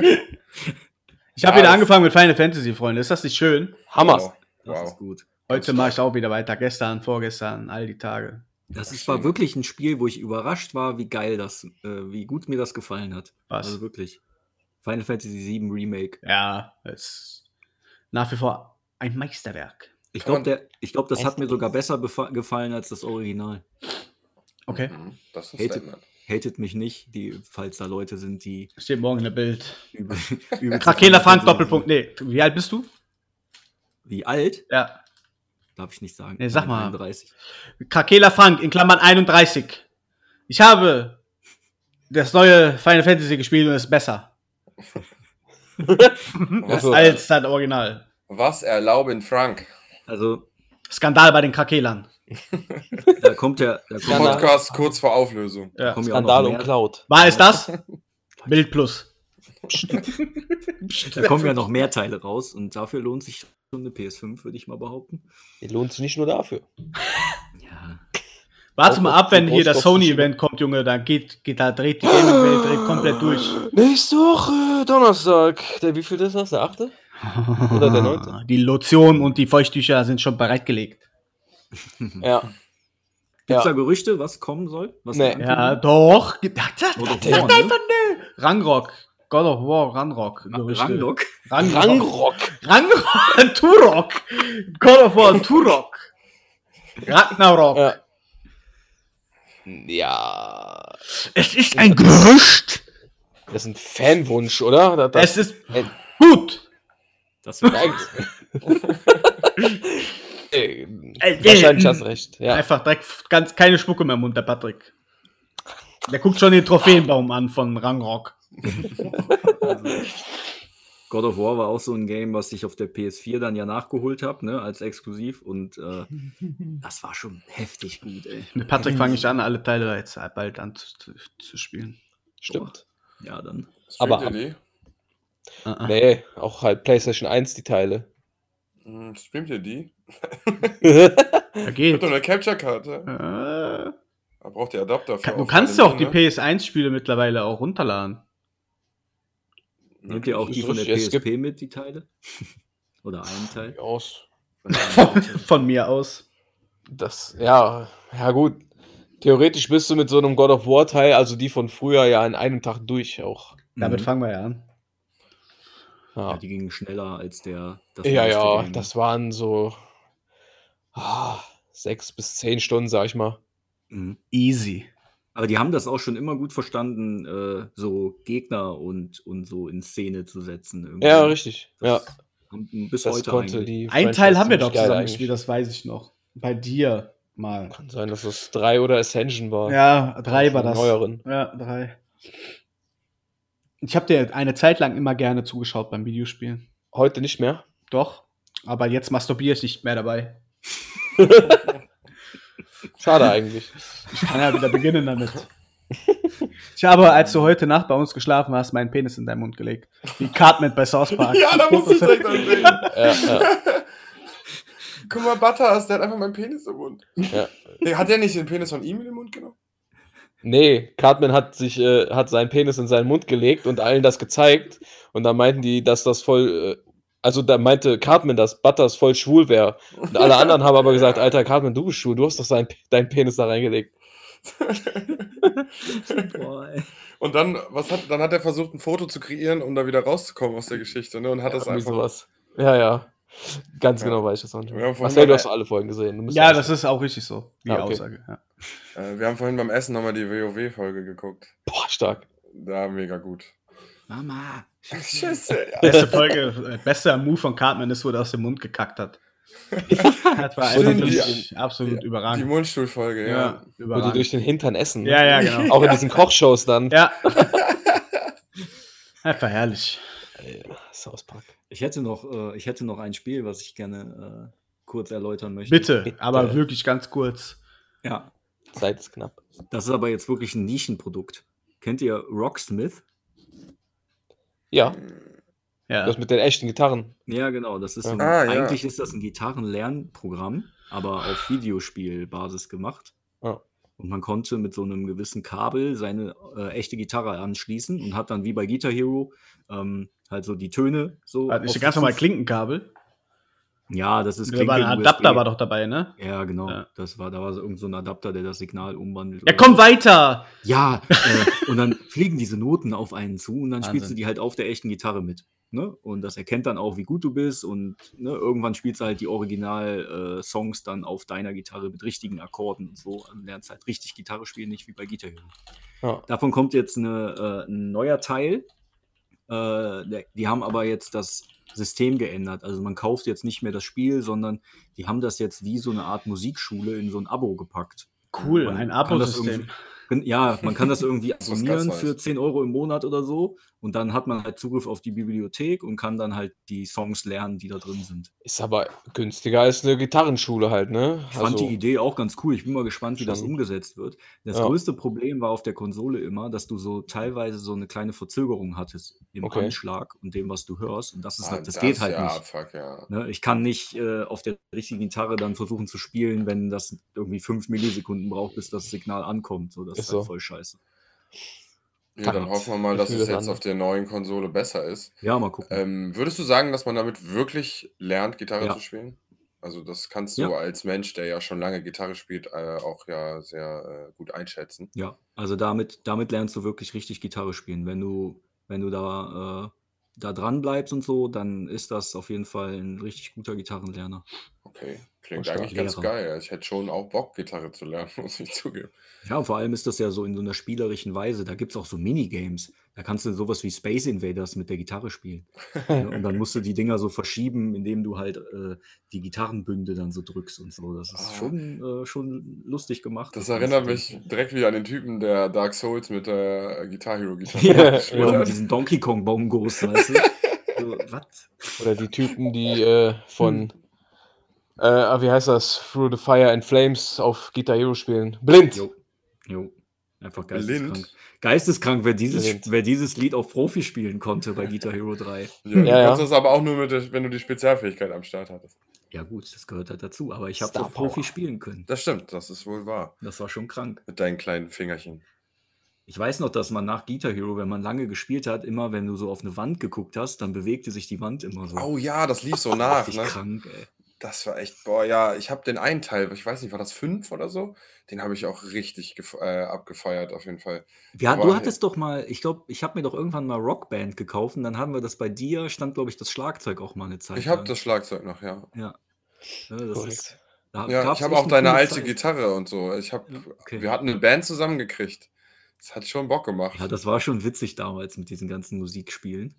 Speaker 5: Ja,
Speaker 2: wieder
Speaker 5: das-
Speaker 2: angefangen mit Final Fantasy, Freunde. Ist das nicht schön?
Speaker 5: Hammer.
Speaker 4: Das
Speaker 3: Wow.
Speaker 4: ist
Speaker 3: Genau. wow.
Speaker 4: gut.
Speaker 2: Heute mache ich auch wieder weiter. Gestern, vorgestern, all die Tage.
Speaker 4: Das ist, war wirklich ein Spiel, wo ich überrascht war, wie geil das, äh, wie gut mir das gefallen hat.
Speaker 2: Was?
Speaker 4: Also wirklich. Final Fantasy VII Remake.
Speaker 2: Ja, ist nach wie vor ein Meisterwerk.
Speaker 4: Ich
Speaker 3: Kann man-
Speaker 4: glaube, glaub, das hat mir
Speaker 6: Echt?
Speaker 4: sogar besser befa- gefallen als das Original.
Speaker 2: Okay.
Speaker 3: Mhm, Das ist ein
Speaker 4: Hated,
Speaker 3: Statement.
Speaker 4: hatet mich nicht, die, falls da Leute sind, die
Speaker 2: Steht morgen in der Bild.
Speaker 4: übel. übel-
Speaker 2: Krakela Frank, Doppelpunkt. Nee, wie alt bist du?
Speaker 4: Wie alt?
Speaker 2: Ja.
Speaker 4: Darf ich nicht sagen.
Speaker 2: Nee, sag mal.
Speaker 4: 31.
Speaker 2: Krakela Frank in Klammern 31. Ich habe das neue Final Fantasy gespielt und es ist besser
Speaker 3: Was,
Speaker 5: Also-
Speaker 2: als das Original.
Speaker 3: was erlauben Frank?
Speaker 4: Also,
Speaker 2: Skandal bei den Krakelern.
Speaker 4: da kommt ja. Da kommt,
Speaker 5: Skandal.
Speaker 4: da
Speaker 3: Podcast kurz vor Auflösung.
Speaker 2: Ja.
Speaker 4: kommen ja auch
Speaker 5: Skandal
Speaker 4: noch
Speaker 5: und
Speaker 4: mehr,
Speaker 5: Cloud.
Speaker 2: War es das? Bild plus.
Speaker 4: da kommen ja noch mehr Teile raus und dafür lohnt sich schon eine PS5, würde ich mal behaupten.
Speaker 5: Lohnt sich nicht nur dafür.
Speaker 4: Ja.
Speaker 2: Warte
Speaker 5: Auch
Speaker 2: mal
Speaker 5: auf
Speaker 2: ab, wenn
Speaker 5: die
Speaker 2: hier das
Speaker 5: Brust auf die
Speaker 2: Sony-Event kommt, Junge, dann geht, geht da, dreht die Gaming-Welt dreht komplett durch.
Speaker 5: Nächste Woche, Donnerstag. Der, wie viel ist das? Der achte? Oder der neunte?
Speaker 2: Die Lotion und die Feuchttücher sind schon bereitgelegt.
Speaker 5: Ja.
Speaker 4: Gibt es da
Speaker 5: ja.
Speaker 4: Gerüchte, was kommen soll? Was
Speaker 5: Nee.
Speaker 4: da
Speaker 2: Ja,
Speaker 4: ankommt?
Speaker 2: doch. Ge- Ach, das-
Speaker 4: Oder
Speaker 2: das-
Speaker 4: Horn, ne?
Speaker 2: Rangrock. God of War, Ranrock. Gerüchte.
Speaker 4: Randock.
Speaker 2: Rangrock.
Speaker 5: Rangrock.
Speaker 2: Rangrock. Turok. God of War, Turok. Ragnarok.
Speaker 5: Ja. Ja.
Speaker 2: Es ist ein Gerücht.
Speaker 5: Das ist ein Fanwunsch, oder? Das, das,
Speaker 2: Es ist
Speaker 5: Ey.
Speaker 2: gut.
Speaker 4: Das wird
Speaker 5: Ey,
Speaker 2: Ey,
Speaker 5: wahrscheinlich
Speaker 2: ey.
Speaker 5: hast du recht. Ja.
Speaker 2: Äh, Einfach direkt ganz keine Spucke mehr im Mund, der Patrick. Der guckt schon den Trophäenbaum an von Rangrock.
Speaker 4: Also, God of War war auch so ein Game, was ich auf der PS4 dann ja nachgeholt habe, ne, als exklusiv und äh, das war schon heftig gut, ey.
Speaker 2: Mit Patrick fange ich an, alle Teile jetzt bald an zu, zu spielen.
Speaker 5: Stimmt.
Speaker 4: Ja, dann.
Speaker 5: Aber-
Speaker 3: Streamt ihr
Speaker 2: Ah, ah.
Speaker 5: Nee, auch halt PlayStation 1 die Teile.
Speaker 3: die? Hm, Streamt ihr die?
Speaker 2: Da
Speaker 3: Ich hab
Speaker 2: geht.
Speaker 3: doch eine Capture-Karte.
Speaker 2: Äh,
Speaker 3: Da braucht ihr Adapter für.
Speaker 2: Kann, du
Speaker 3: auf
Speaker 2: kannst ja
Speaker 3: alle
Speaker 2: auch ne? die
Speaker 3: Dinge.
Speaker 2: PS1-Spiele mittlerweile auch runterladen.
Speaker 4: Nehmt ihr auch
Speaker 5: Das
Speaker 4: die
Speaker 5: ist
Speaker 4: von der
Speaker 5: richtig, es
Speaker 4: PSP mit, die Teile? Oder einen Teil?
Speaker 5: Aus.
Speaker 2: Von, von mir aus.
Speaker 5: Das, ja, ja gut. Theoretisch bist du mit so einem God of War Teil, also die von früher, ja in einem Tag durch auch.
Speaker 2: Damit
Speaker 4: Mhm.
Speaker 2: fangen wir ja an.
Speaker 4: Ja,
Speaker 5: Ja,
Speaker 4: die gingen schneller als der. Das
Speaker 5: ja,
Speaker 4: neueste
Speaker 5: ja
Speaker 4: Game.
Speaker 5: das waren so ah, sechs bis zehn Stunden, sag ich mal.
Speaker 4: Mhm.
Speaker 2: Easy.
Speaker 4: Aber die haben das auch schon immer gut verstanden, äh, so Gegner und, und so in Szene zu setzen.
Speaker 2: Mhm.
Speaker 4: irgendwie.
Speaker 5: Ja, richtig. Ja,
Speaker 4: Das haben bis
Speaker 5: das
Speaker 4: heute
Speaker 5: konnte
Speaker 4: eigentlich.
Speaker 5: die.
Speaker 2: Ein
Speaker 5: Franchise
Speaker 2: Teil haben wir
Speaker 5: ziemlich
Speaker 2: doch
Speaker 5: geil
Speaker 2: zusammen
Speaker 5: eigentlich.
Speaker 2: gespielt, das weiß ich noch. Bei dir mal.
Speaker 5: Kann sein, dass es drei oder Ascension war.
Speaker 2: Ja, drei war
Speaker 5: Von den
Speaker 2: das.
Speaker 5: Neueren.
Speaker 2: Ja, drei. Ich habe dir eine Zeit lang immer gerne zugeschaut beim Videospielen.
Speaker 5: Heute nicht mehr.
Speaker 2: Doch. Aber jetzt masturbiere ich nicht mehr dabei.
Speaker 5: Schade eigentlich.
Speaker 2: Ich kann ja wieder beginnen damit. Ich habe, als du heute Nacht bei uns geschlafen hast, meinen Penis in deinen Mund gelegt. Wie Cartman bei South Park.
Speaker 3: Ja, da muss ich direkt dran denken.
Speaker 5: ja, ja,
Speaker 3: Guck mal, Butters, der hat einfach meinen Penis im Mund.
Speaker 5: ja.
Speaker 3: Nee, Hat der nicht den Penis von ihm in den Mund genommen?
Speaker 5: Nee, Cartman hat sich, äh, hat seinen Penis in seinen Mund gelegt und allen das gezeigt. Und dann meinten die, dass das voll, äh, also da meinte Cartman, dass Butters voll schwul wäre. Und alle anderen haben aber gesagt, Alter, Cartman, du bist schwul, du hast doch seinen, Pe- deinen Penis da reingelegt.
Speaker 4: Boah, ey.
Speaker 3: Und dann, was hat, dann hat er versucht, ein Foto zu kreieren, um da wieder rauszukommen aus der Geschichte, ne? Und hat das
Speaker 5: Irgendwie
Speaker 3: einfach.
Speaker 5: sowas. Ja, ja. Ganz
Speaker 3: Ja.
Speaker 5: genau weiß ich das auch nicht.
Speaker 3: Wir
Speaker 5: mehr.
Speaker 3: haben vorhin
Speaker 5: Marcel, du
Speaker 3: mal-
Speaker 5: hast doch alle Folgen gesehen. Du musst
Speaker 2: Ja,
Speaker 5: ja
Speaker 2: das ist auch richtig so, die
Speaker 5: Ah, okay.
Speaker 2: Aussage. Ja.
Speaker 3: Äh, wir haben vorhin beim Essen nochmal die WoW-Folge geguckt.
Speaker 5: Boah, stark.
Speaker 3: Da mega gut.
Speaker 4: Mama.
Speaker 3: Scheiße, ja.
Speaker 2: Beste Folge, äh, bester Move von Cartman ist, wo er aus dem Mund gekackt hat. Das war
Speaker 5: Stimmt,
Speaker 2: einfach für
Speaker 3: ja.
Speaker 2: mich absolut
Speaker 3: Die
Speaker 2: überragend.
Speaker 3: Mundstuhl-Folge, ja.
Speaker 5: Wo die durch
Speaker 2: überragend.
Speaker 5: den Hintern essen.
Speaker 2: Ja, ja, genau.
Speaker 5: Auch in diesen Kochshows dann.
Speaker 2: Ja. Einfach herrlich.
Speaker 5: South Park.
Speaker 4: Ich hätte noch, äh, ich hätte noch ein Spiel, was ich gerne äh, kurz erläutern möchte.
Speaker 2: Bitte,
Speaker 5: Bitte.
Speaker 2: aber wirklich ganz kurz.
Speaker 4: Ja.
Speaker 5: Zeit ist knapp.
Speaker 4: Das ist aber jetzt wirklich ein Nischenprodukt. Kennt ihr Rocksmith?
Speaker 5: Ja,
Speaker 2: Ja.
Speaker 5: das mit den echten Gitarren.
Speaker 4: Ja, genau. Das ist so ein,
Speaker 3: Ah, ja.
Speaker 4: eigentlich ist das ein Gitarrenlernprogramm, aber auf Videospielbasis gemacht.
Speaker 3: Ah.
Speaker 5: Ja.
Speaker 4: Und man konnte mit so einem gewissen Kabel seine äh, echte Gitarre anschließen und hat dann wie bei Guitar Hero ähm, halt so die Töne so.
Speaker 2: Warte, ist
Speaker 4: auf-
Speaker 2: ein ganz normal Klinkenkabel.
Speaker 4: Ja, das ist
Speaker 2: Da war ein
Speaker 4: klingt wie
Speaker 2: Adapter
Speaker 4: USB.
Speaker 2: war doch dabei, ne?
Speaker 4: Ja, genau.
Speaker 2: Ja.
Speaker 4: Das war, da war so irgend so ein Adapter, der das Signal umwandelt.
Speaker 2: Ja,
Speaker 4: oder
Speaker 2: komm weiter!
Speaker 4: so. Ja, äh, und dann fliegen diese Noten auf einen zu und dann spielst du
Speaker 2: Wahnsinn.
Speaker 4: die halt auf der echten Gitarre mit. Ne? Und das erkennt dann auch, wie gut du bist. Und ne, irgendwann spielst du halt die Original-Songs dann auf deiner Gitarre mit richtigen Akkorden und so. Und lernst halt richtig Gitarre spielen, nicht wie bei Guitar Hero.
Speaker 5: Ja.
Speaker 4: Davon kommt jetzt eine, äh, ein neuer Teil. Äh, der- die haben aber jetzt das System geändert. Also man kauft jetzt nicht mehr das Spiel, sondern die haben das jetzt wie so eine Art Musikschule in so ein Abo gepackt.
Speaker 2: Cool,
Speaker 4: Man kann
Speaker 2: ein
Speaker 4: das
Speaker 2: Abo-System.
Speaker 4: irgendwie- Gen- Ja, man kann das irgendwie
Speaker 3: was ganz
Speaker 4: abonnieren
Speaker 3: Neues.
Speaker 4: für 10 Euro im Monat oder so. Und dann hat man halt Zugriff auf die Bibliothek und kann dann halt die Songs lernen, die da drin sind.
Speaker 5: Ist aber günstiger als eine Gitarrenschule halt, ne?
Speaker 4: Ich fand die Idee auch ganz cool. Ich bin mal gespannt, wie das
Speaker 5: Schon.
Speaker 4: umgesetzt wird. Das
Speaker 5: Ja.
Speaker 4: größte Problem war auf der Konsole immer, dass du so teilweise so eine kleine Verzögerung hattest im
Speaker 5: Okay.
Speaker 4: Anschlag und dem, was du hörst. Und das ist
Speaker 3: Ah,
Speaker 4: halt, das, geht halt
Speaker 3: ja,
Speaker 4: nicht.
Speaker 3: Fuck, ja.
Speaker 4: Ne? Ich kann nicht äh, auf der richtigen Gitarre dann versuchen zu spielen, wenn das irgendwie fünf Millisekunden braucht, bis das Signal ankommt. So, das ist,
Speaker 5: Ist
Speaker 4: halt
Speaker 5: so.
Speaker 4: voll scheiße.
Speaker 3: ja, dann hoffen wir mal,
Speaker 5: Ich
Speaker 3: dass
Speaker 5: fühl
Speaker 3: es
Speaker 5: das
Speaker 3: jetzt
Speaker 5: an.
Speaker 3: auf der neuen Konsole besser ist.
Speaker 4: Ja, mal gucken.
Speaker 3: Ähm, würdest du sagen, dass man damit wirklich lernt, Gitarre
Speaker 4: Ja.
Speaker 3: zu spielen? Also das kannst du
Speaker 4: Ja.
Speaker 3: als Mensch, der ja schon lange Gitarre spielt, äh, auch ja sehr äh, gut einschätzen.
Speaker 4: Ja, also damit, damit lernst du wirklich richtig Gitarre spielen. Wenn du, wenn du da, äh, da dran bleibst und so, dann ist das auf jeden Fall ein richtig guter Gitarrenlerner.
Speaker 3: Okay, klingt
Speaker 5: stark.
Speaker 3: eigentlich ganz
Speaker 4: Lehrer.
Speaker 3: geil. Ich hätte schon auch Bock, Gitarre zu lernen, muss ich zugeben.
Speaker 4: Ja, und vor allem ist das ja so in so einer spielerischen Weise. Da gibt es auch so Minigames. Da kannst du sowas wie Space Invaders mit der Gitarre spielen. Ja, und dann musst du die Dinger so verschieben, indem du halt äh, die Gitarrenbünde dann so drückst und so. Das ist
Speaker 3: Ah.
Speaker 4: schon, äh, schon lustig gemacht.
Speaker 3: Das
Speaker 4: Ganze
Speaker 3: erinnert
Speaker 4: Ding.
Speaker 3: mich direkt wieder an den Typen, der Dark Souls mit der äh, Guitar Hero Gitarre
Speaker 5: Ja,
Speaker 3: gespielt
Speaker 4: Oder mit
Speaker 3: hat.
Speaker 4: diesen Donkey Kong Bongos, weißt du? So, was?
Speaker 5: Oder die Typen, die äh,
Speaker 2: Hm.
Speaker 5: von, äh, ah, wie heißt das, Through the Fire and Flames auf Guitar Hero spielen. Blind!
Speaker 4: Jo. Jo. Einfach geisteskrank.
Speaker 3: Lind.
Speaker 4: Geisteskrank, wer dieses,
Speaker 5: Blind.
Speaker 4: wer dieses Lied auf Profi spielen konnte bei Guitar Hero 3.
Speaker 3: Ja, du
Speaker 5: Ja, ja.
Speaker 3: kannst das aber auch nur, mit, der- wenn du die Spezialfähigkeit am Start hattest.
Speaker 4: Ja, gut, das gehört halt dazu, aber ich habe es
Speaker 5: Star
Speaker 4: auf Profi
Speaker 5: Power.
Speaker 4: spielen können.
Speaker 3: Das stimmt, das ist wohl wahr.
Speaker 4: Das war schon krank.
Speaker 3: Mit deinen kleinen Fingerchen.
Speaker 4: Ich weiß noch, dass man nach Guitar Hero, wenn man lange gespielt hat, immer wenn du so auf eine Wand geguckt hast, dann bewegte sich die Wand immer so.
Speaker 3: Oh ja, das lief so nach.
Speaker 4: Richtig
Speaker 3: Ne?
Speaker 4: krank, ey.
Speaker 3: Das war echt, boah, ja, ich habe den einen Teil, ich weiß nicht, war das fünf oder so? Den habe ich auch richtig gef- äh, abgefeiert, auf jeden Fall.
Speaker 4: Ja,
Speaker 3: Aber-
Speaker 4: du hattest doch mal, ich glaube, ich habe mir doch irgendwann mal Rockband gekauft und dann haben wir das bei dir, stand, glaube ich, das Schlagzeug auch mal eine Zeit.
Speaker 3: Ich habe
Speaker 4: lang.
Speaker 3: das Schlagzeug noch, ja.
Speaker 4: Ja, das
Speaker 5: Korrekt.
Speaker 4: ist, da
Speaker 3: Ja,
Speaker 4: gab's
Speaker 3: ich habe
Speaker 4: echt
Speaker 3: auch
Speaker 4: eine
Speaker 3: deine
Speaker 4: coole
Speaker 3: alte
Speaker 4: Zeit.
Speaker 3: Gitarre und so. Ich hab,
Speaker 4: Ja, okay.
Speaker 3: Wir hatten eine Band zusammengekriegt. Das hat schon Bock gemacht.
Speaker 4: Ja, das war schon witzig damals mit diesen ganzen Musikspielen.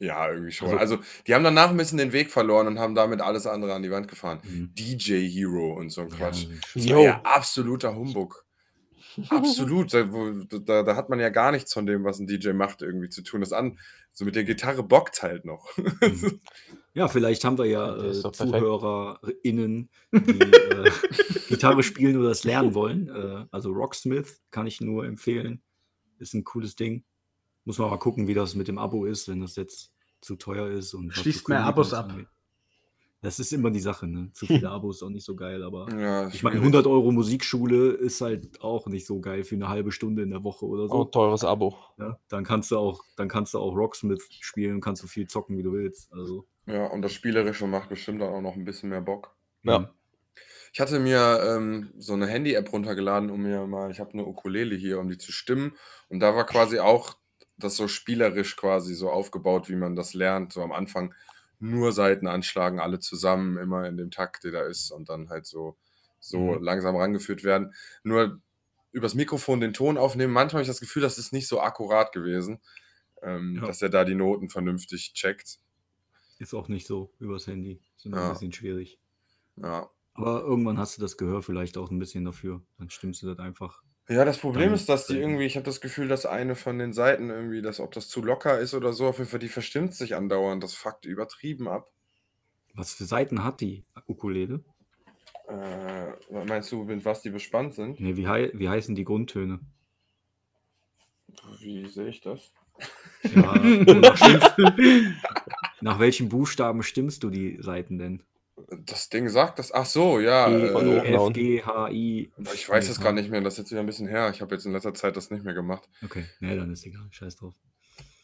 Speaker 3: Ja, irgendwie schon.
Speaker 4: Also-
Speaker 3: Also, die haben danach ein bisschen den Weg verloren und haben damit alles andere an die Wand gefahren.
Speaker 4: Mhm.
Speaker 3: DJ Hero und so ein Quatsch. Das war
Speaker 5: Jo.
Speaker 3: ja absoluter Humbug. Absolut. Da, wo- da, da hat man ja gar nichts von dem, was ein DJ macht, irgendwie zu tun. Das an, so mit der Gitarre bockt halt noch.
Speaker 4: Mhm. Ja, vielleicht haben wir ja
Speaker 5: Der
Speaker 4: äh,
Speaker 5: ist doch perfekt.
Speaker 4: ZuhörerInnen, die äh, Gitarre spielen oder das lernen wollen. Äh, also Rocksmith kann ich nur empfehlen. Ist ein cooles Ding. Muss man mal gucken, wie das mit dem Abo ist, wenn das jetzt zu teuer ist. und was
Speaker 2: Schließt
Speaker 4: die coolen
Speaker 2: mehr Abos
Speaker 4: Lieder
Speaker 2: ab.
Speaker 4: angeht. Das ist immer die Sache, ne? Zu viele Abos ist auch nicht so geil, aber
Speaker 3: ja,
Speaker 4: ich meine,
Speaker 3: schwierig.
Speaker 4: 100 Euro Musikschule ist halt auch nicht so geil für eine halbe Stunde in der Woche oder so.
Speaker 2: Also-
Speaker 5: Oh, teures Abo.
Speaker 4: Ja, dann kannst du auch, dann kannst du auch Rocksmith spielen und kannst so viel zocken, wie du willst. Also,
Speaker 3: Ja, und das Spielerische macht bestimmt dann auch noch ein bisschen mehr Bock.
Speaker 5: Ja.
Speaker 4: mhm.
Speaker 3: Ich hatte mir ähm, so eine Handy-App runtergeladen, um mir mal, ich habe eine Ukulele hier, um die zu stimmen. Und da war quasi auch das so spielerisch quasi so aufgebaut, wie man das lernt. So am Anfang nur Seiten anschlagen, alle zusammen, immer in dem Takt, der da ist und dann halt so, so langsam rangeführt werden. Nur übers Mikrofon den Ton aufnehmen. Manchmal habe ich das Gefühl, das ist nicht so akkurat gewesen, ähm,
Speaker 4: Ja.
Speaker 3: dass er da die Noten vernünftig checkt.
Speaker 4: ist auch nicht so übers Handy. Ist immer
Speaker 3: Ja.
Speaker 4: ein bisschen schwierig.
Speaker 3: Ja,
Speaker 4: Aber irgendwann hast du das Gehör vielleicht auch ein bisschen dafür. Dann stimmst du das einfach.
Speaker 3: Ja, das Problem
Speaker 4: Dann-
Speaker 3: ist, dass die
Speaker 4: dann-
Speaker 3: irgendwie, ich habe das Gefühl, dass eine von den Seiten irgendwie, dass ob das zu locker ist oder so, auf jeden Fall, die verstimmt sich andauernd. Das fuckt übertrieben ab.
Speaker 4: Was für Seiten hat die Ukulele?
Speaker 3: Äh, meinst du, mit was die bespannt sind?
Speaker 4: Ne, wie, hei wie heißen die Grundtöne?
Speaker 3: Wie sehe ich das?
Speaker 4: Ja, wonach stimmst- nach welchen Buchstaben stimmst du die Seiten denn?
Speaker 3: Das Ding sagt das. Ach so, ja.
Speaker 4: E, E,
Speaker 3: Äh,
Speaker 4: F, G, H, I.
Speaker 3: ich weiß das gar nicht mehr. Das ist jetzt wieder ein bisschen her. Ich habe jetzt in letzter Zeit das nicht mehr gemacht.
Speaker 4: Okay, ne, dann ist egal. Scheiß drauf.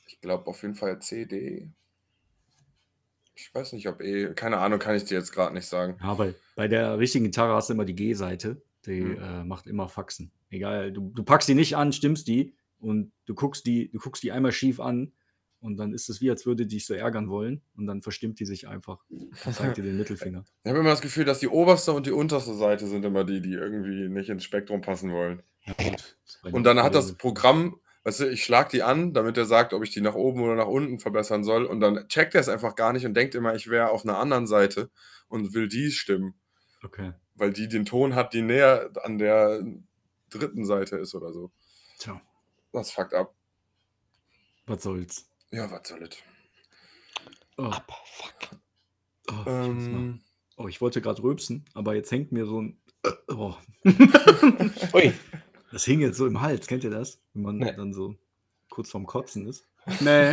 Speaker 3: Ich glaube auf jeden Fall C, D. Ich weiß nicht, ob eh, keine Ahnung, kann ich dir jetzt gerade nicht sagen.
Speaker 4: Ja, weil bei der richtigen Gitarre hast du immer die G-Seite. Die
Speaker 3: Mhm.
Speaker 4: äh, macht immer Faxen. Egal, du, du packst die nicht an, stimmst die und du guckst die, du guckst die einmal schief an und dann ist es wie, als würde die dich so ärgern wollen und dann verstimmt die sich einfach und zeigt dir den Mittelfinger.
Speaker 3: Ich habe immer das Gefühl, dass die oberste und die unterste Seite sind immer die, die irgendwie nicht ins Spektrum passen wollen. Und dann hat das Programm, weißt du, ich schlag die an, damit er sagt, ob ich die nach oben oder nach unten verbessern soll. Und dann checkt er es einfach gar nicht und denkt immer, ich wäre auf einer anderen Seite und will die stimmen,
Speaker 4: Okay.
Speaker 3: weil die den Ton hat, die näher an der dritten Seite ist oder so.
Speaker 4: Tja,
Speaker 3: Das fuckt ab.
Speaker 4: was soll's.
Speaker 3: Ja, was soll das?
Speaker 4: Oh,
Speaker 5: Fuck.
Speaker 4: oh, ich, muss mal-
Speaker 3: Ähm,
Speaker 4: oh, ich wollte gerade rülpsen, aber jetzt hängt mir so ein. Oh,
Speaker 5: Ui.
Speaker 4: das hing jetzt so im Hals. Kennt ihr das? Wenn man
Speaker 5: Nee.
Speaker 4: dann so kurz vorm Kotzen ist.
Speaker 2: Nee.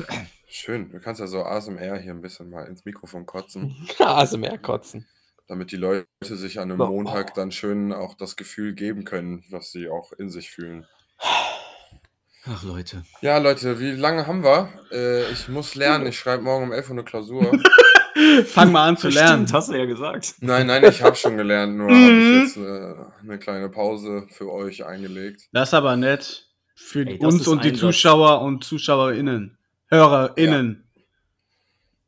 Speaker 3: schön, du kannst ja so ASMR hier ein bisschen mal ins Mikrofon kotzen.
Speaker 5: ASMR Ah, kotzen.
Speaker 3: damit die Leute sich an einem
Speaker 5: Oh.
Speaker 3: Montag dann schön auch das Gefühl geben können, was sie auch in sich fühlen.
Speaker 4: Ach, Leute.
Speaker 3: Ja, Leute, wie lange haben wir? Äh, ich muss lernen, ich schreibe morgen um 11 Uhr eine Klausur.
Speaker 2: Fang mal an zu lernen.
Speaker 4: Stimmt, hast du ja gesagt.
Speaker 3: nein, nein, ich habe schon gelernt, nur habe ich jetzt äh, eine kleine Pause für euch eingelegt.
Speaker 2: Das ist aber nett. Für
Speaker 4: Ey, das
Speaker 2: uns
Speaker 4: ist
Speaker 2: und die
Speaker 4: Einsatz.
Speaker 2: Zuschauer und Zuschauerinnen. HörerInnen.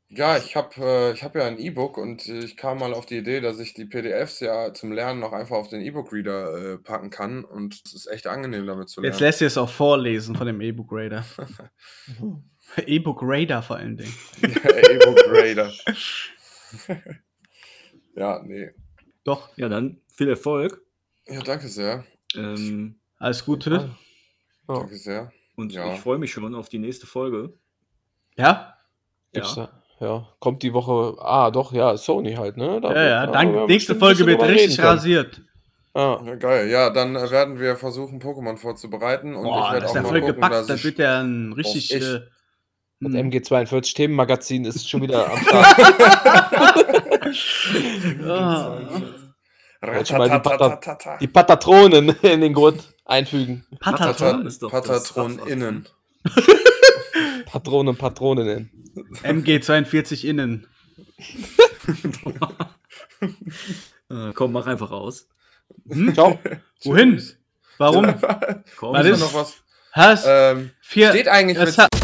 Speaker 3: Ja, ich habe äh, ich hab ja ein E-Book und äh, ich kam mal auf die Idee, dass ich die PDFs ja zum Lernen noch einfach auf den E-Book-Reader äh, packen kann und es ist echt angenehm, damit zu
Speaker 2: Jetzt
Speaker 3: lernen.
Speaker 2: lässt ihr es auch vorlesen von dem E-Book Raider. E-Book Raider vor allen Dingen.
Speaker 3: E-Book-Reader. ja, nee.
Speaker 2: Doch,
Speaker 4: Ja, dann viel Erfolg.
Speaker 3: Ja, danke sehr.
Speaker 4: Ähm,
Speaker 2: alles Gute.
Speaker 5: Oh,
Speaker 3: Danke sehr.
Speaker 4: und
Speaker 3: Ja.
Speaker 4: ich freue mich schon auf die nächste Folge.
Speaker 2: Ja?
Speaker 5: gibt's
Speaker 4: Ja.
Speaker 5: da- ja, kommt die Woche. Ah, doch, ja, Sony halt, ne? Da
Speaker 2: Ja,
Speaker 5: wird-
Speaker 2: ja.
Speaker 5: da
Speaker 2: Dank,
Speaker 5: werden wir
Speaker 2: nächste
Speaker 5: bestimmt ein
Speaker 2: Folge
Speaker 5: bisschen
Speaker 2: wird
Speaker 5: drüber
Speaker 2: richtig
Speaker 5: reden können. Ah.
Speaker 2: rasiert.
Speaker 5: Ja.
Speaker 3: Ja, geil. Ja, dann äh, werden wir versuchen, Pokémon vorzubereiten. Und ich
Speaker 2: Boah,
Speaker 3: werde
Speaker 2: das ist
Speaker 3: auch
Speaker 2: ja
Speaker 3: mal
Speaker 2: voll
Speaker 3: gucken,
Speaker 2: gepackt.
Speaker 3: dass
Speaker 2: Das
Speaker 3: ich,
Speaker 2: wird ja ein richtig.
Speaker 3: ich-
Speaker 2: Äh,
Speaker 5: Das
Speaker 2: hm.
Speaker 5: MG42 Themenmagazin ist schon wieder am Start.
Speaker 2: Ah.
Speaker 5: Wollte schon mal die
Speaker 3: Ratatatatata.
Speaker 5: Die Patatronen in den Gurt einfügen.
Speaker 2: Patatron.
Speaker 4: Patatron. ist
Speaker 3: Patat-
Speaker 4: doch das
Speaker 3: Patatroninnen.
Speaker 5: Patronen, Patroninnen.
Speaker 2: MG42 innen.
Speaker 4: Äh, komm, mach einfach aus.
Speaker 2: Hm?
Speaker 5: Ciao.
Speaker 2: Wohin? Warum?
Speaker 3: War
Speaker 4: Komm,
Speaker 2: Was
Speaker 3: da
Speaker 2: ist-
Speaker 3: noch was?
Speaker 2: Hast
Speaker 3: Ähm,
Speaker 2: vier. Äh,
Speaker 3: steht eigentlich
Speaker 2: es
Speaker 3: mit
Speaker 2: hat-